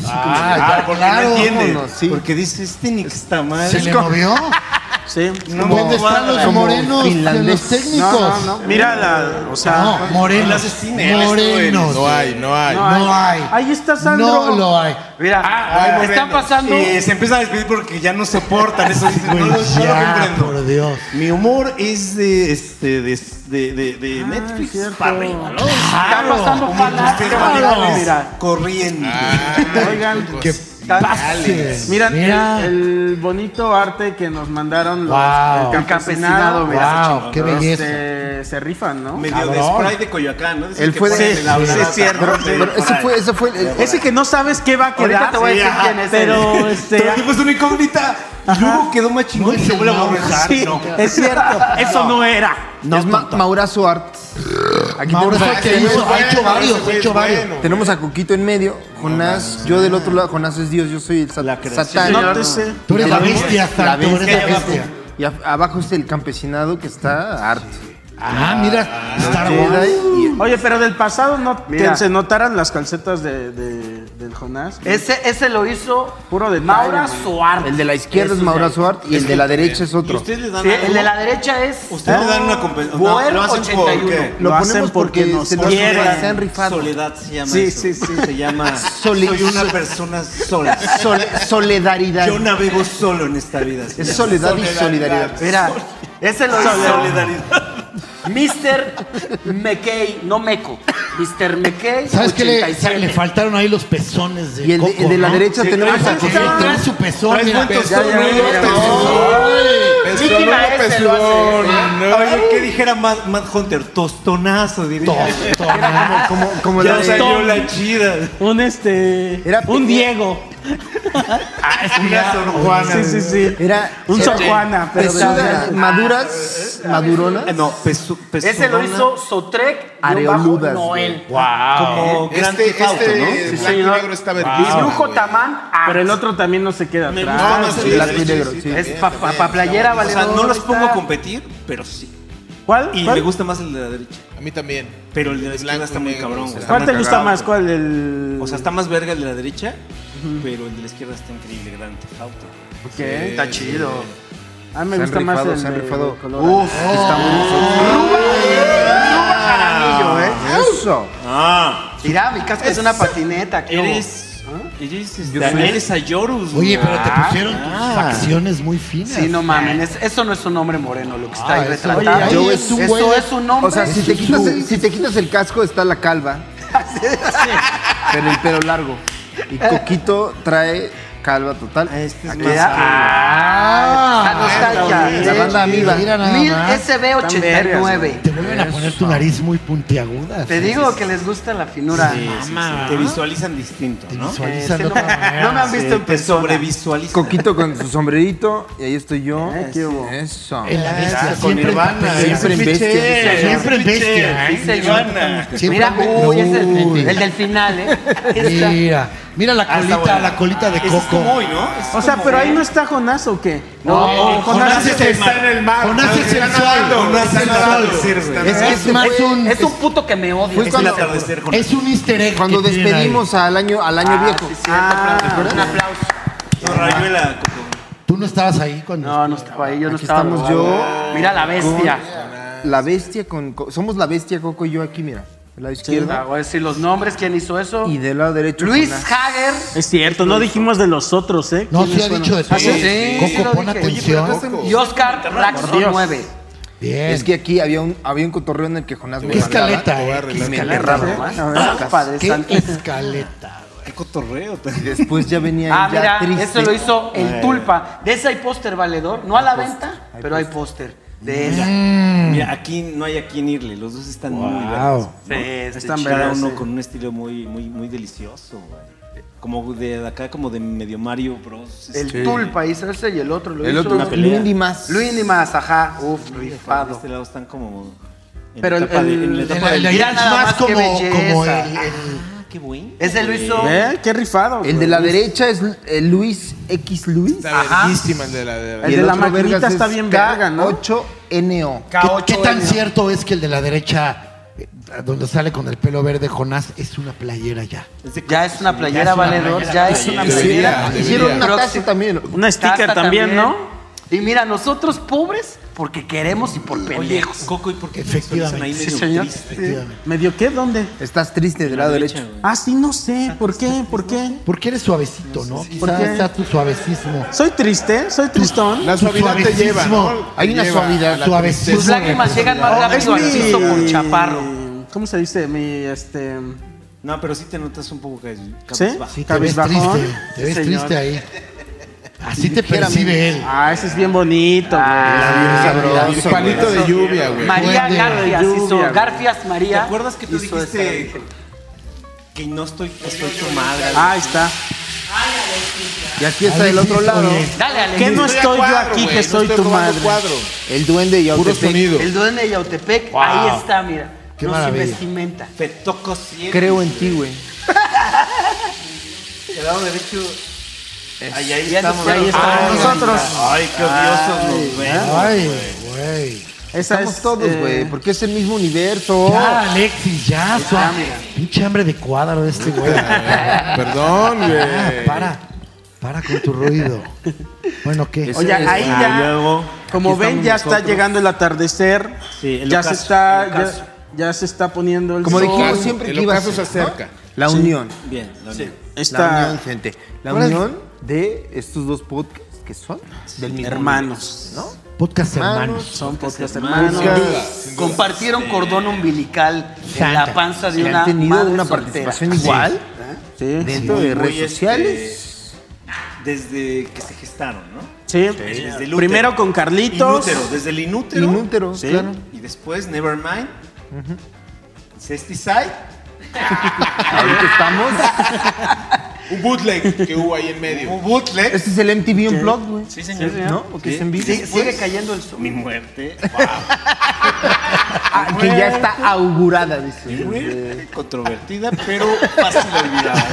Ah, porque
claro,
no entiende.
vámonos, sí.
Porque dice, este Nick está mal.
¿Se le movió?
Sí.
No me
¿Dónde
cuadra.
están los
como
morenos de los
finlandés.
técnicos?
No, no, no. Mira la. O sea.
No,
Él
morenos.
hace cine, él es
morenos.
No hay, no hay.
No hay.
Ahí está Sandro.
No lo hay.
Mira,
Ah,
Ay,
me
moreno.
Ah, están pasando.
Y se empiezan a despedir porque ya no soportan eso. Dicen, no,
Güey,
lo- no lo
ya,
comprendo.
por Dios.
Mi humor es de, este, de, de, de, de Netflix
cierto.
para arriba, ¿no?
Están pasando palas.
Ustedes
cabrón.
manejan
Mira,
corriendo.
Oigan,
Que
están-
pases.
miran
Mira.
El, el bonito arte que nos mandaron los
Wow.
el campesinado,
Wow,
mira.
qué belleza.
Se, se rifan, ¿no?
Medio de
Cabrón.
spray de Coyoacán, ¿no? Dicen
Él
que
fue de-
ponen
Sí,
el abrazo.
sí, es cierto.
Pero, pero ese fue, ese fue el- el-
Ese que no sabes qué va a quedar.
Ahorita te voy a decir
Sí,
quién es
Pero este
Todo el tiempo es una incógnita. Y luego quedó más chingón y se vuelve a borrar.
sí,
No.
es cierto. Eso no era.
es Ma- Maurazo Art. Aquí
Mauro
tenemos,
fue
a,
el que hizo, ha hecho varios, ha
pues
güey,
hecho
es
varios.
bueno.
tenemos a Coquito en medio, Jonás, yo del otro lado, Jonás es Dios, yo soy el sat- satán.
Nótese.
Tú eres la bestia,
La
Santo, eres la
bestia.
bestia.
Y a- abajo está el campesinado que está art.
Ah, mira, Star Wars.
Jedi
Oye, pero del pasado no
Mira. Eh,
que se notaran las calcetas de, de- del Jonás.
ese, ese lo hizo
Puro detalle,
Maura
güey.
y-
Suárez.
El de la izquierda
Eso
es
sí.
Maurazo Art y el de la derecha es
¿Y
otro.
ustedes le dan
Sí,
algo?
el de la derecha es.
Ustedes le dan una compensación.
Boer
lo hacen por
81.
qué?
Lo
Lo
hacen
ponemos porque,
porque nos
se, nos
quieren.
se han rifado.
Soledad se llama.
Sí,
eso.
sí, sí.
Se llama.
Soli-
soy una persona sola.
Sol- solidaridad.
Yo navego solo en esta vida. se
Es
llama.
soledad y solidaridad.
Mira, ese lo hizo
Solidaridad.
Mr. McKay, no Meco. Mr. McKay.
¿Sabes qué le,
87.
le faltaron ahí los pezones de
Y el de,
Coco,
el de la
¿no?
derecha tenemos a
Sí,
Coquito.
trae su pezón,
Traes
mira.
buen tostón,
Ya, ya,
¿no?
mira,
Pezón,
Mickey
¿no?
Maese lo
Pezón,
A
¿no?
ver, ¿qué dijera Matt, Matt Hunter? Tostonazo, diría.
Tostón.
Como, como la
Ya
de-
salió la chida.
Un este.
Era
un
pequeño.
Diego.
Una Sor Juana.
Sí, sí,
Eh,
sí.
Era este,
Un
era-
Sor Juana, pero
pezuda,
de adelante.
maduras,
Eh,
maduronas.
No, pesu,
Ese lo
pesudona.
hizo Sotrek y
Areoludas,
Noel.
como Grand
Este,
Theft
este
Auto, ¿no?
blanco y
señor.
negro está
Y
verguísima,
Lujo
güey.
Tamán. ah,
Pero el otro también no se queda
No,
atrás.
no, sí,
Blanco
sí,
y negro,
sí,
sí.
Es pa, pa- pa- playera,
O sea,
valedor,
no los
ahí
pongo a
está.
competir, pero sí.
¿Cuál?
Y
¿Cuál?
me gusta más el de la derecha.
A mí también.
Pero el de la izquierda
Blanco
está
y
muy
negro,
cabrón.
o sea,
güey.
¿Cuál te
Está muy
gusta
cagado,
más?
güey.
¿Cuál? El...
O sea, está más verga el de la derecha, pero el de la izquierda está increíble, Grand Theft Auto.
Ok. Está chido. A mí Ah, me
Se han
gusta más
rifado,
el
se han
de
rifado.
color.
Uf, está
Oh.
muy Eso.
Ah,
eh!
Mira, mi casco es una patineta. ¿qué hubo?
eres
Ella es este,
Yo
Daniel
fui-
Sayorus.
Oye,
güey.
pero te
Ah.
pusieron tus facciones muy finas.
Sí, no mamen, es- eso no es un hombre moreno lo que está ahí
Ah, eso-
retratado.
Oye, ahí es un
eso
güey-
es un hombre.
O sea, si te, quitas el, si te quitas el casco está la calva. Pero el pelo largo. Y
Eh.
Coquito trae calva total. Aquí
más
da-
calvo.
Ah,
Ah,
nostalgia. La banda amiga.
Mira nada
Mil
más.
SB89.
Te vuelven a poner tu nariz muy puntiaguda.
Te digo que les gusta la finura. Ah,
Sí, sí, sí. Te visualizan distinto, ¿no?
visualizan
Eh,
de otra
sí,
manera.
No me han visto en
Te
persona.
sobrevisualizan.
Coquito con su sombrerito y ahí estoy yo.
Eh,
Eso.
En la bestia,
Ah,
siempre en-
Siempre en bestia.
Siempre
Siempre
en bestia. ¿eh?
Dice yo.
Nirvana. Siempre
Mira,
en bestia.
uy, es el,
Uy.
el del final, ¿eh?
Mira, mira la
está
colita,
bueno.
la colita de
Ese es
coco.
como hoy,
¿no?
O sea, pero ahí no está Jonás o qué?
No,
eh,
Jonás está en el mar. Jonás es el sol, Jonás es el sol. Es que es más un-
es un puto que me odia.
Fue
Es
cuando-
el atardecer, Jonás.
Es un easter egg.
Cuando
que tienen ahí.
despedimos al año, al año
Ah,
viejo.
sí, cierto, Fran, Un aplauso.
Tú no estabas ahí cuando.
No, no estaba ahí, yo no
Aquí
estaba.
estamos yo.
Mira la bestia.
con- la bestia con. co- Somos la bestia, Coco y yo aquí, mira. Del lado
Sí,
izquierdo.
voy a decir los nombres, quién hizo eso.
y del lado derecho.
Luis
Jonás.
Hager.
Es cierto, no dijimos de los otros, ¿eh?
No, sí
¿Quiénes
ha
fueron?
dicho después.
¿Ah, sí? Sí, sí lo
Coco, pon
dije.
atención.
Y Oscar Laxon 9.
Bien.
Es que aquí había un, había un cotorreo en el que Jonás me
Qué escaleta, eh.
marcaba
Qué
y me
escaleta.
agarraba,
Ah,
¿no?
padre
Qué
santo.
escaleta.
Qué cotorreo.
Y después ya venía
Ah,
ya
mira,
triste.
eso lo hizo el
Ay.
Tulpa. De esa hay póster valedor, no a la venta, pero hay póster de ella.
Mira, aquí no hay a quién irle. Los dos están muy verdes.
Sí, están
Están cada
verdes,
uno
sí.
con un estilo muy, muy, muy delicioso, güey. Como de acá, como de medio Mario Bros.
El
Este,
Tulpa hizo ese y el otro lo
El
hizo.
otro, una pelea.
Luis Dimas.
Luis Dimas, ajá, uf,
De
rifado.
este lado están como. en
Pero el-
etapa de- en la
el-
etapa
El, el,
del-
el,
Mira
es
nada
más
más, qué
como, como
belleza.
el, el-
Ah, qué bueno.
Ese lo
güey.
hizo.
¿Eh? Qué rifado.
El de la derecha es eh, Luis X Luis.
Ajá.
el de la, de la-
El
Y
de la
otro,
maquinita
vergas,
está
es
bien verga, ¿no?
K8NO.
K8N.
¿Qué, qué tan cierto es que el de la derecha, eh, donde sale con el pelo verde Jonás, es una playera ya?
Ya es una playera valedor, ya es una playera.
Hicieron una
Proxy-
casa también.
Una sticker
Casa
también, ¿no?
Y mira, nosotros pobres porque queremos y por
Oye,
pendejos.
Coco, ¿y por qué te
Efectivamente.
visualizan ahí
Sí,
medio
señor.
triste?
¿Medio qué? ¿Dónde?
Estás triste del lado derecho.
Ah, sí, no sé. ¿Por qué? ¿Por qué?
Porque eres suavecito, ¿no? Quizás
qué?
sea tu suavecismo.
¿Soy triste? ¿Soy tristón?
La
Tu
suavidad te lleva, ¿no?
Hay una
Lleva a
suavidad.
la
Suavecismo.
Tus lágrimas llegan más
Oh,
rápido al piso por chaparro.
¿Cómo se dice? Mi, este...
No, pero sí te notas un poco cabez-
¿Sí?
cabizbajo.
Sí, te ves
Cabizbajón.
triste. Te ves
Sí, señor.
triste ahí. Así te percibe él.
Ah, ese es bien bonito, güey.
Ah,
El palito de lluvia, güey.
María
Duende.
Garfias hizo.
Lluvia.
Garfias María.
¿Te acuerdas que tú
hizo esta
dijiste
virgen.
que no estoy, que estoy tu madre?
Ah, ahí está.
Y aquí está del
Alexis,
otro lado
oye.
Dale, Alex.
¿Qué no
a
estoy yo
cuadro,
aquí
güey,
que
no
soy
estoy
tu
robando
madre?
cuadro.
el duende y
Puro
Yautepec.
sonido.
El duende de Yautepec, ahí está, mira.
Qué
no
maravilla.
sin vestimenta.
Te toco siete.
Creo en ti, güey.
El lado derecho. Ahí, ahí
Ya
estamos.
nos- ahí estamos
Ay,
nosotros.
Ay, qué odiosos nos vemos.
Ay, güey.
Esa
Estamos
es,
todos,
eh,
güey, porque es el mismo universo.
Ya, Alexis, ya. suave.
mira.
Pinche hambre de cuadro de este güey.
Perdón,
Ah,
güey.
para, para con tu ruido. Bueno, ¿qué?
Oye, ahí
Ah,
ya...
luego,
Como
aquí
ven,
estamos
ya
nosotros.
está llegando el atardecer.
Sí, el
ya
ocaso,
se está,
el ocaso.
ya, ya se está poniendo el
Como
sol.
dijimos siempre
el
que iba a
ocaso
ser,
se
¿no?
acerca.
La unión.
Bien, lo sí.
La
Está
unión, gente. La
Ahora-
unión de estos dos podcasts que son del mismo
hermanos.
Podcast hermanos.
Son podcast
Hermanos,
hermanos.
compartieron cordón umbilical en
Santa.
la panza de
universo. Que
una
han tenido
madre
una
soltera.
participación igual ¿Eh?
Sí,
dentro de redes
Muy, este,
sociales.
Desde que se gestaron, ¿no?
sí.
Desde el
Primero
útero.
con Carlitos.
Inútero, desde el inútero.
Inútero,
Sí.
claro.
Y después Nevermind. Cesticide.
Ahorita estamos.
Un bootleg que hubo ahí en medio.
Un bootleg.
Este es el MTV Unplugged, güey.
Sí, señor.
¿No? Porque es en vivo.
Sí,
pues.
sigue cayendo el sol.
Mi muerte.
Ah, que ya está augurada, dice.
Muy controvertida, pero fácil de olvidar.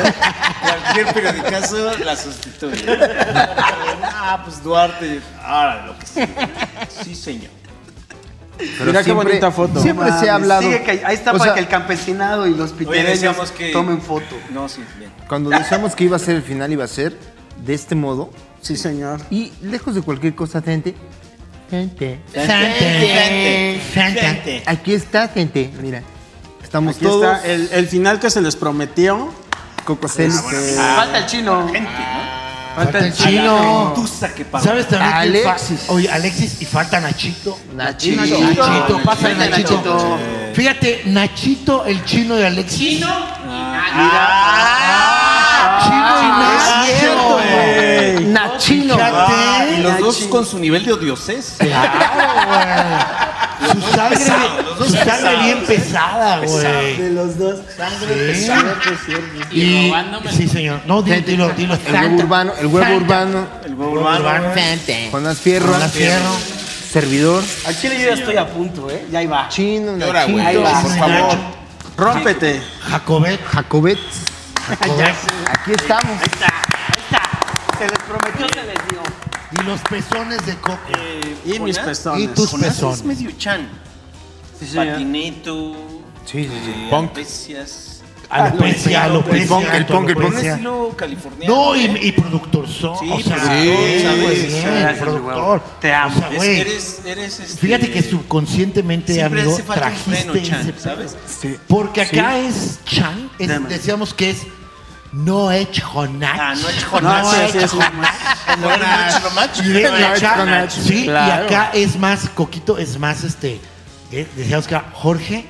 Cualquier periodicazo la sustituye. Ah, pues Duarte, ahora lo que sí. Sí, señor.
Mira qué bonita foto.
Siempre se ha hablado.
Ah, Sigue cay- ahí está
O
para
sea,
que el campesinado y los pitereños
decíamos que-
tomen foto.
No, sí, bien.
Cuando decíamos que iba a ser el final, iba a ser de este modo.
Sí, señor.
Y lejos de cualquier cosa, gente. Gente.
Santa. Santa.
Gente.
Aquí está, gente. Mira. Estamos
Aquí
todos.
está el, el final que se les prometió.
Coco Celis.
Falta el chino.
Falta el chino. ¿Sabes también quién
Alex.
fa- Oye, Alexis, y falta Nachito.
Nachito.
Nachito,
Nachito,
pasa
Nachito.
Nachito.
Nachito.
Fíjate, Nachito, el chino de Alexis. ¿Chino?
Ah,
Chino y
cierto, güey.
Nachito. Nachino.
Ah,
Fíjate.
y los dos con su nivel de odiosés.
Su sangre,
pesados, los
su
dos
sangre
pesados.
bien pesada,
Pesado.
güey.
De los dos.
Sí.
Y
Sí, señor. No, dilo, dilo, dilo.
El huevo urbano, el huevo urbano,
El huevo urbano.
Jonás Fierro,
Jonás Fierro.
servidor,
Al chile yo ya estoy a punto, ¿eh? Ya ahí va.
chino,
Llora, güey,
Nachito,
llora, por favor.
Nacho,
Rómpete.
Jacobet.
Jacobet. Jacobet. Aquí estamos.
Se les prometió, se les dio.
Y los pezones de coco.
Eh,
Y mis
Jonás.
pezones.
Y tus
Jonás
pezones.
es medio chan. Patineto.
Sí, sí, sí.
eh,
Punk.
Alopecias.
Alopecia, alopecia.
El punk, el punk, el punk.
Un
alopecia.
estilo californiano.
No, y,
¿eh?
y productor son.
Sí, pues,
o sea,
productor,
sí,
sí,
güey,
sí,
bien,
gracias,
productor.
mi Te amo.
O sea,
Es-
güey,
eres, eres este,
Fíjate que subconscientemente,
siempre
amigo,
hace falta un
trajiste
freno, Chan,
ese pedo.
¿sabes?
Porque acá es Chan, es-
Dame.
decíamos que es no hecho Jonach.
Ah, no hecho
No,
Jonach,
No
sí,
hecho
sí, es un-
Lo macho, lo macho.
Y de-
No hecho
acá,
Jonach.
sí,
Claro.
y acá es más, Coquito, es más este. eh, decíamos que era Jorge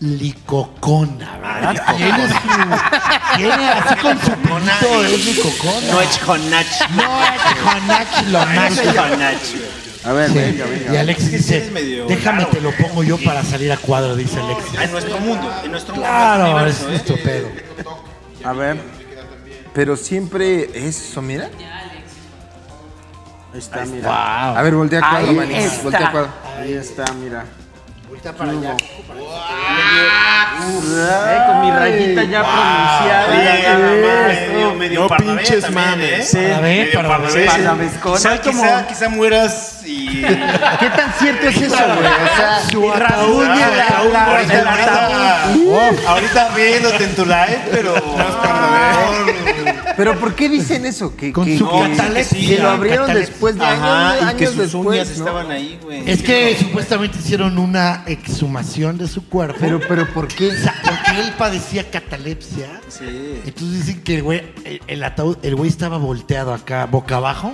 Licocona, ¿verdad?
Ah,
Tiene, su- tiene así con su pinito, es Licocona.
No hecho Jonach.
No hecho Jonach, lo más.
A ver,
Sí.
venga, venga.
Y Alex dice,
eres medio
déjame
raro,
te lo pongo yo para salir a cuadro, dice Alex.
En nuestro mundo, en nuestro mundo.
Claro, es
universo, ¿eh?
nuestro pedo.
A ver. Pero siempre eso, mira.
Ahí está, mira.
A ver, voltea a cuadro,
Ahí
manix,
está.
Voltea a cuadro.
Ahí está, mira.
para allá.
Eh, con mi rayita ya pronunciada.
Medio, medio
No
pardavé
pinches
también,
mames.
¿eh?
Sí.
Para ver, para ver.
Sí,
Sí.
la mezcona.
O sea,
como-
quizá, quizá mueras y...
¿Qué tan cierto es eso, güey? O sea,
Su ataúd y
Ah,
Pues la-
ataúd,
la-
ahorita,
la-
ahorita-
Oh,
ahorita viéndote en tu live, pero...
pero ¿por qué dicen eso? Que,
Con
que-
su
que-
catalex.
que lo abrieron
Catalex.
después de años,
Ajá, y
años
que sus uñas
después, ¿no?
estaban ahí, güey.
Es que supuestamente hicieron una exhumación de su cuerpo.
Pero, pero ¿por qué?
O sea, porque él padecía catalepsia.
Sí.
Entonces dicen que el güey, el, el ataúd, el güey estaba volteado acá, boca abajo,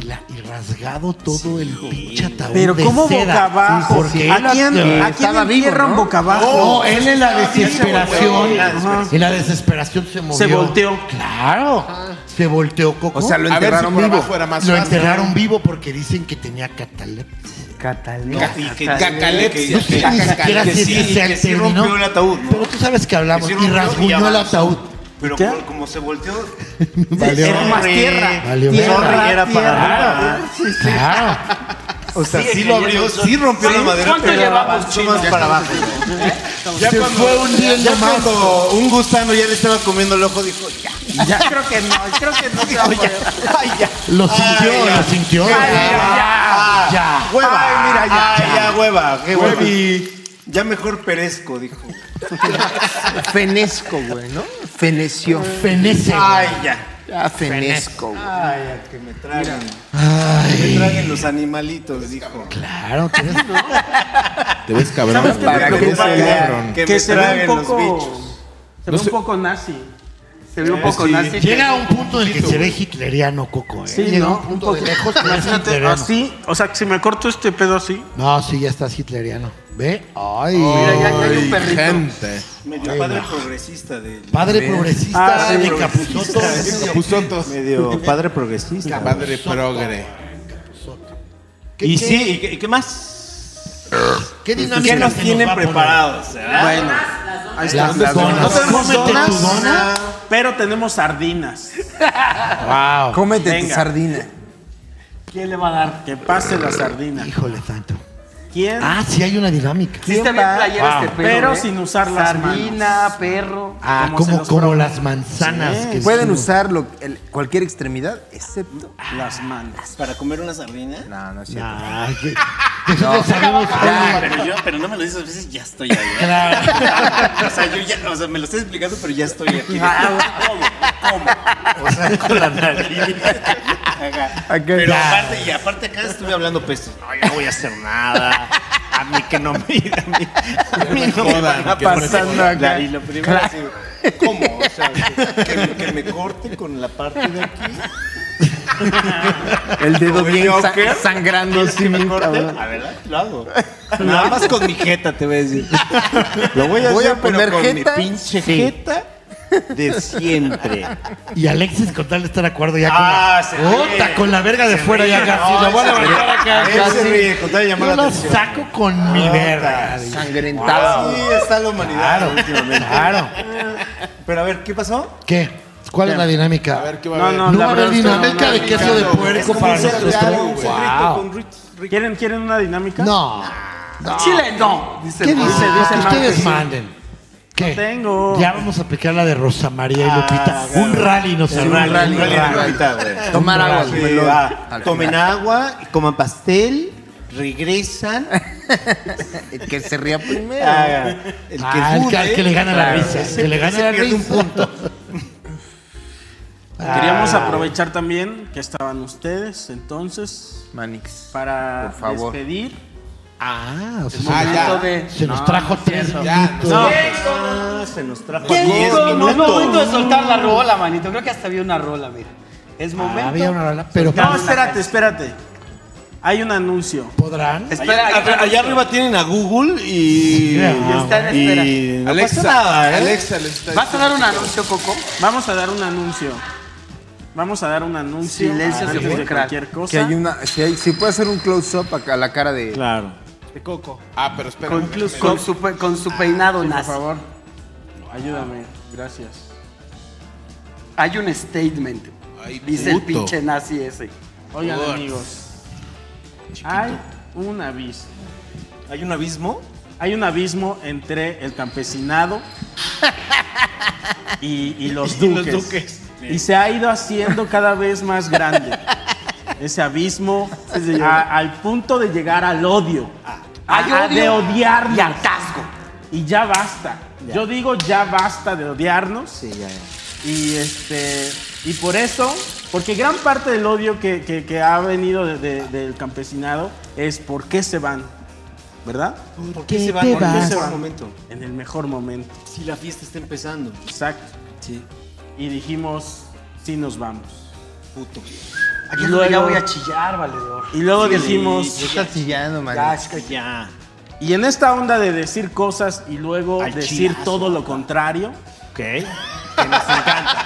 y, la, y rasgado todo el pinche ataúd.
Pero
de
¿cómo
seda.
boca abajo?
Porque
Sí, sí, sí.
él
¿A quién-
hasta-
a quién
Estaba vivo,
entierran
¿no?
boca abajo? Ah,
No, él en la desesperación.
güey, en la
Ah.
Ajá. En la desesperación se movió.
Se volteó.
Claro. Se volteó Coco.
O sea, lo
A ver si
enterraron
por
vivo.
abajo era más
Lo
fácil.
enterraron vivo porque dicen que tenía catalepsia.
Catalex.
Y que-
Cacalepsia.
No sé ni siquiera
que
si
sí,
ese sea
que
el
sí rompió
término.
el ataúd, ¿no?
Pero tú sabes que hablamos.
Que sí
y
rompió y
rasguñó el
avanzó.
ataúd.
Pero
¿Qué?
como, como se volteó,
Valió.
Era más
Hombre.
tierra.
Valió
Tierra,
verga.
era para
tierra.
arriba.
Claro.
O sea, sí, lo abrió, sí rompió la madera.
¿Cuánto
pero
llevamos,
avanzó más para abajo.
Ya
Se
cuando-
fue hundiendo
ya
más.
cuando un gusano ya le estaba comiendo el ojo, dijo, ya.
Ya creo que no, creo que no se va a poder.
Lo sintió, lo sintió.
Ah,
Ya.
Hueva.
Ay, mira, ya.
Ay, ya, hueva. Qué hueva.
Huevi, ya mejor perezco, dijo.
Fenesco, güey, ¿no? Feneció.
Fenece.
Ay, ya.
Ah, fenesco, güey.
Ay, a que me traguen. Que me
Ay.
traguen los animalitos, dijo.
Claro, que es-
Te ves cabrón.
¿Sabes qué me
Que me
preocupa?
traguen- Que
Que
me
se ve
traguen
un
los
poco.
bichos.
Se ve un poco nazi. Se ve un poco
sí.
nazi.
Eh, Llega a un punto en el que se ve hitleriano, Coco. ¿eh?
Sí,
Llega
¿no?
a un punto de
poco.
lejos que es
Imagínate,
hitleriano.
así. O sea, que si me corto este pedo así.
No, sí, ya estás hitleriano. Ve. Ay.
Mira, ya, ya hay un perrito.
Gente.
Medio padre progresista de.
Padre progresista
Ah, sí,
de
progresista.
Capuzoto.
Capuzotos.
Medio padre progresista.
Padre progre.
Y sí, ¿y qué, y qué más?
¿Qué dinámica
¿Qué nos
se
tienen
va a poner?
preparados? ¿verdad?
Bueno, ahí está.
Las donas.
No tenemos
Cómete tu
donas,
dona.
pero tenemos sardinas.
Ah,
Wow.
Cómete tu
Venga.
sardina.
¿Quién le va a dar? Que pase la sardina.
Híjole, tanto.
¿Quién?
Ah, sí hay una dinámica.
Sí está bien playero
Wow.
este perro,
Pero
¿eh?
sin usar las
Sardina, perro.
Ah,
como se
como,
los
como
pro-
las manzanas. que
Pueden
sí.
usar lo- el- cualquier extremidad, excepto.
Ah.
Las manos.
¿Para comer una sardina?
No, no es cierto.
Nah, que- Nosotros sabemos.
Pero yo, pero no me lo dices a veces, ya estoy ahí. ¿eh? O sea, yo ya, o sea, me lo estás explicando, pero ya estoy aquí. ¿Cómo? ¿Cómo? Ah, O sea, con la nariz. Ajá.
Acá
Pero
ya.
aparte, y aparte acá estuve hablando pestes. No, yo no voy a hacer nada. A mí que no me, a mí, a mí no me
jodan,
van a
que no me
pasar
jodan.
nada. Y lo primero
Claro.
así, ¿cómo? O sea, que, me- que me corten con la parte de aquí.
El dedo
Como el
bien sa-
Joker.
sangrando, sí, bien cabrón.
A ver, lo hago. Nada más con mi jeta, te voy a decir. Lo voy a
Voy
hacer,
a
pero
poner
con
jeta.
mi pinche
Sí.
jeta de siempre.
Y Alexis con tal de estar de acuerdo ya con
Ah, se
la...
ríe.
Puta, con la verga de
Se
fuera ya
ríe,
casi.
no,
la voy a
se ríe.
levantar acá.
Él se
casi.
ríe, con tal de llamar
Yo
la
la
atención.
saco con mi
Puta,
verga.
sangrentado.
Sí, está la humanidad
Claro,
últimamente.
claro.
Pero a ver, ¿qué pasó?
¿Qué? ¿Cuál es la dinámica?
a haber? No,
no,
la
va a haber
verdad es que no,
dinámica
no,
de
no,
queso
no,
de
no, es
puerco
como
para
un
nosotros.
cereal,
tres.
un
Guau.
¿Quieren, ¿Quieren una dinámica?
No. no.
Chile, no. Dice,
¿Qué dicen? Lo que
Marco,
ustedes
sí.
manden. ¿Qué?
Tengo.
Ya vamos a aplicar la de Rosa María y Lupita.
claro.
un rally nos
Un rally, un rally de Lupita, güey.
Tomar agua.
Sí,
melón.
va.
Al
Tomen
final.
agua, coman pastel, regresan.
El eh, que se ría primero.
hagan. El que,
Ah, el que- al que le gana la risa, el que le gana la
un
risa.
punto.
Queríamos aprovechar también que estaban ustedes, entonces,
Manix.
para
Por favor.
despedir.
Ah, o sea,
Ah,
se-
ya. de-
se nos
No,
trajo
no es
tres
cierto.
minutos.
No.
Ah, se nos trajo
¿Qué
10
digo? No es momento de
minutos.
soltar la rola, manito. Creo que hasta había una rola, mira. Es momento.
había una rola, pero
No, espérate, espérate. Hay un anuncio.
podrán.
Espera,
Allá,
aquí-
arri- allá arriba tienen a Google y.
y está en espera.
y no
Alexa,
pasa nada, ¿eh?
Alexa, les está
¿Vas a dar un anuncio, Coco?
Vamos a dar un anuncio. Vamos a dar un anuncio.
Silencio
antes de
sepulcral.
cualquier cosa.
Que hay una, si, hay- si puede hacer un close-up a, a la cara de.
Claro.
De coco.
Ah, pero espera.
Con, con su, pe- con su peinado nazi.
Por favor.
Ayúdame, gracias.
Hay un statement. Dice el
puto.
pinche nazi ese.
Oigan,
Por-
amigos. Hay un abismo.
¿Hay un abismo?
Hay un abismo entre el campesinado y, y los
Y los
duques.
duques.
Y se ha ido haciendo cada vez más grande. Ese abismo a- al punto de llegar al odio.
Ah.
Hay
A- a- de
odio
odiarnos.
Y hartazgo.
Y ya basta. Yo digo ya basta de odiarnos. Y este. Y por eso, porque gran parte del odio que, que- que ha venido de- de- del campesinado es por qué se van. ¿Verdad?
¿Por
qué
qué
se
se
van?
van?
te
¿Por qué
vas?
se van? momento.
En el mejor momento.
Si la fiesta está empezando.
Exacto.
Sí.
Y dijimos, sí nos vamos.
Puto.
Aquí
Y
es donde ya
luego-
voy a chillar, valedor.
Y luego dijimos,
Está chillando, man.
Ya, es que-
Ya.
y en esta onda de decir cosas y luego
Al
decir
chilazo.
todo lo contrario,
Ok. Que nos encanta.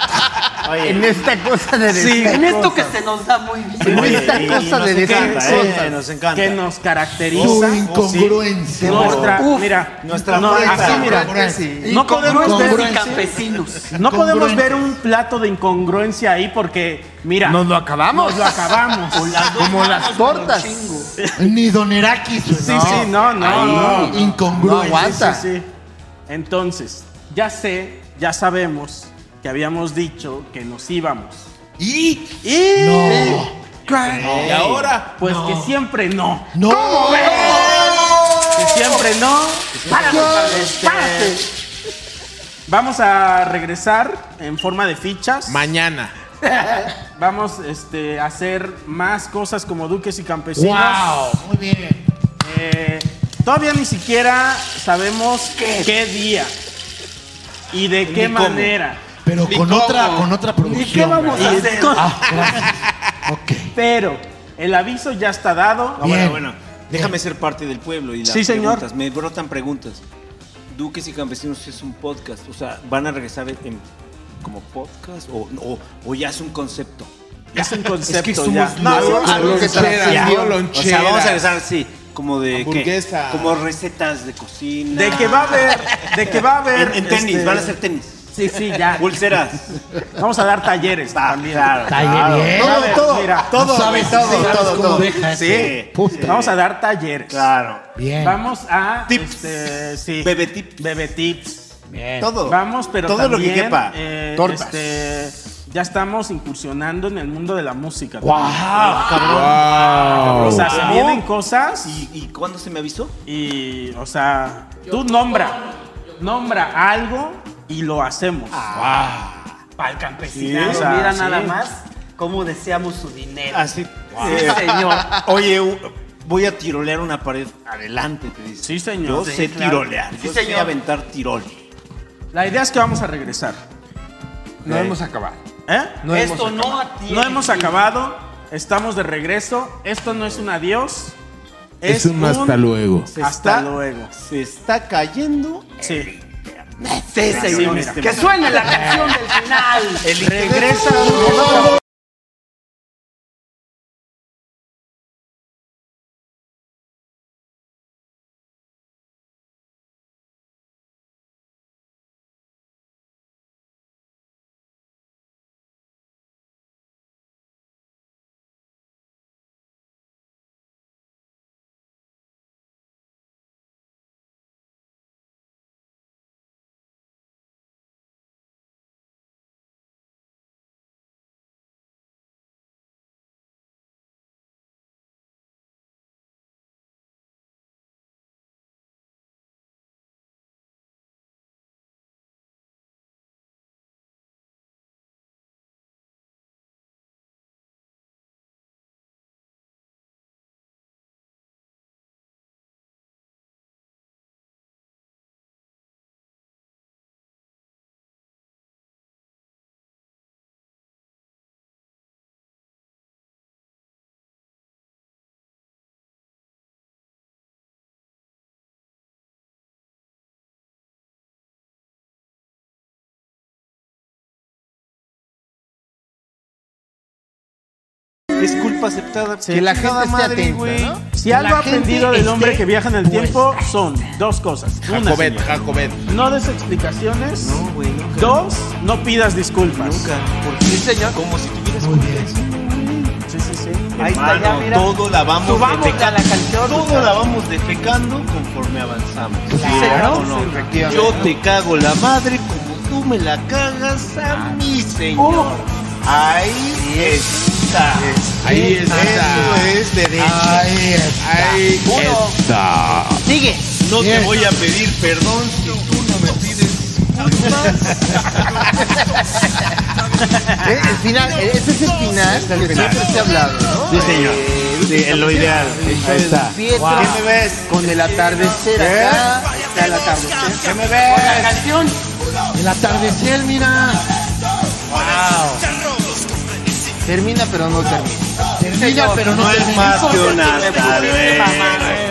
En
Oye,
esta cosa de.
Sí,
decir
en esto que se nos da muy bien.
En
oye,
esta
y- y
cosa
nos
de decir
encanta, ¿eh?
cosas.
Nos encanta.
que nos
Su
caracteriza,
incongruencia.
nuestra,
Uf,
mira,
nuestra
no,
fuerza.
así, mira,
Incongruencia.
No podemos
Incongruentes
ver-
y campesinos.
no podemos
Incongruente.
ver un plato de incongruencia ahí porque, mira,
Nos lo acabamos.
nos lo acabamos.
Como las tortas.
Chingo.
Ni Don Erakis.
Sí,
¿no?
sí, no, no,
Ahí,
no.
No
Incongruente.
aguanta.
Sí, sí, sí. Entonces, ya sé, ya sabemos que habíamos dicho que nos íbamos.
¿Y?
Y
No.
¿Y ahora?
pues que siempre no.
No.
Que siempre no. Párate, párate. Vamos a regresar en forma de fichas.
Mañana.
Vamos este, a hacer más cosas como duques y campesinos.
Wow. Muy bien.
Eh, todavía ni siquiera sabemos qué, día y de qué
cómo.
manera.
Pero
Ni
con
cómo.
otra, con otra producción.
¿Y qué vamos a
¿verdad?
hacer?
Ah, gracias. Ok.
Pero el aviso ya está dado.
Ah, bueno,
Bien.
bueno. Déjame ser parte del pueblo y las
Sí, señor.
preguntas. Me brotan preguntas. Duques y Campesinos es un podcast. O sea, ¿van a regresar en, como podcast o, o, o ya es un concepto?
Es un concepto
Es que
ya.
somos
No,
algo-
somos-
algo que
lonchera,
trascendió.
algo
O sea,
lonchera.
vamos a regresar, sí. Como de. ¿qué?
Hamburguesa.
Como recetas de cocina.
de que va a haber, de que va a haber
En, en tenis,
este,
van a ser tenis.
Sí, sí, ya.
Pulseras.
Vamos a dar talleres también.
Ah,
Taller bien.
Va a
Todo,
haber,
todo,
mira,
todo,
Sabes,
güey, todo,
sabes
todo,
cómo
todo.
deja
sí.
eso. Puta.
Vamos a dar talleres.
Claro.
Bien.
Vamos a
Tips.
este, sí.
Bebé tips.
Bebé tips.
Bien.
Todo.
Eh, Vamos, pero
Todo lo que
también,
quepa.
eh,
Tortas.
este, ya estamos incursionando en el mundo de la música. Ah,
Wow.
O sea, se
Wow.
vienen cosas
¿Y, y cuándo se me avisó?
y, o sea, tú nombra, nombra algo y lo hacemos.
Para el campesinado.
Sí, o sea,
Mira
sí.
Ah,
nada más cómo deseamos su dinero.
Así.
Sí, señor.
Oye, u-
voy a tirolear una pared. Adelante, te dice. Sí,
señor.
Yo
Sí,
sé
claro.
tirolear.
Sí,
yo sé
señor.
aventar tirol.
La idea es que vamos a regresar.
No
Ok.
hemos acabado.
¿Eh?
No hemos Esto no acabado.
no
atiende.
hemos acabado. Estamos de regreso. Esto no es un adiós.
Es un hasta luego.
Se
Hasta
hasta luego.
Se está cayendo.
Sí.
Sí, señor.
mira.
que suene la canción del final.
Regresa.
Es culpa aceptada.
Sí. Toda madre, güey. Si algo aprendido del hombre que viaja en el tiempo son dos cosas. Una,
Jacobet,
señor,
Jacobet.
no des explicaciones. Dos, no pidas disculpas. Nunca.
Sí, señor.
Como si tuvieras culpa.
Sí, sí, sí.
Ahí está, ya,
Hermano,
mira.
todo la vamos
Subámosle a la canción.
Todo la vamos defecando conforme avanzamos.
Claro,
¿O no?
sí, efectivamente.
Yo te cago la madre como tú me la cagas a mí, señor. Ahí está.
Ahí está.
Eso es derecho. Ahí está. Uno,
Está.
Sigue.
no te voy a pedir perdón si tú no me pides
Eh, El final, eh, ese es el final del que siempre se ha hablado, ¿no?
Sí, señor. Sí, es lo ideal.
Ahí está.
Wow. ¿Qué me ves?
Con el atardecer
¿Qué?
acá. Está el atardecer.
¿Eh? ¿Qué me ves?
La canción.
El atardecer, mira.
Wow.
Termina pero no termina.
Termina, pero no, es más que una tarde.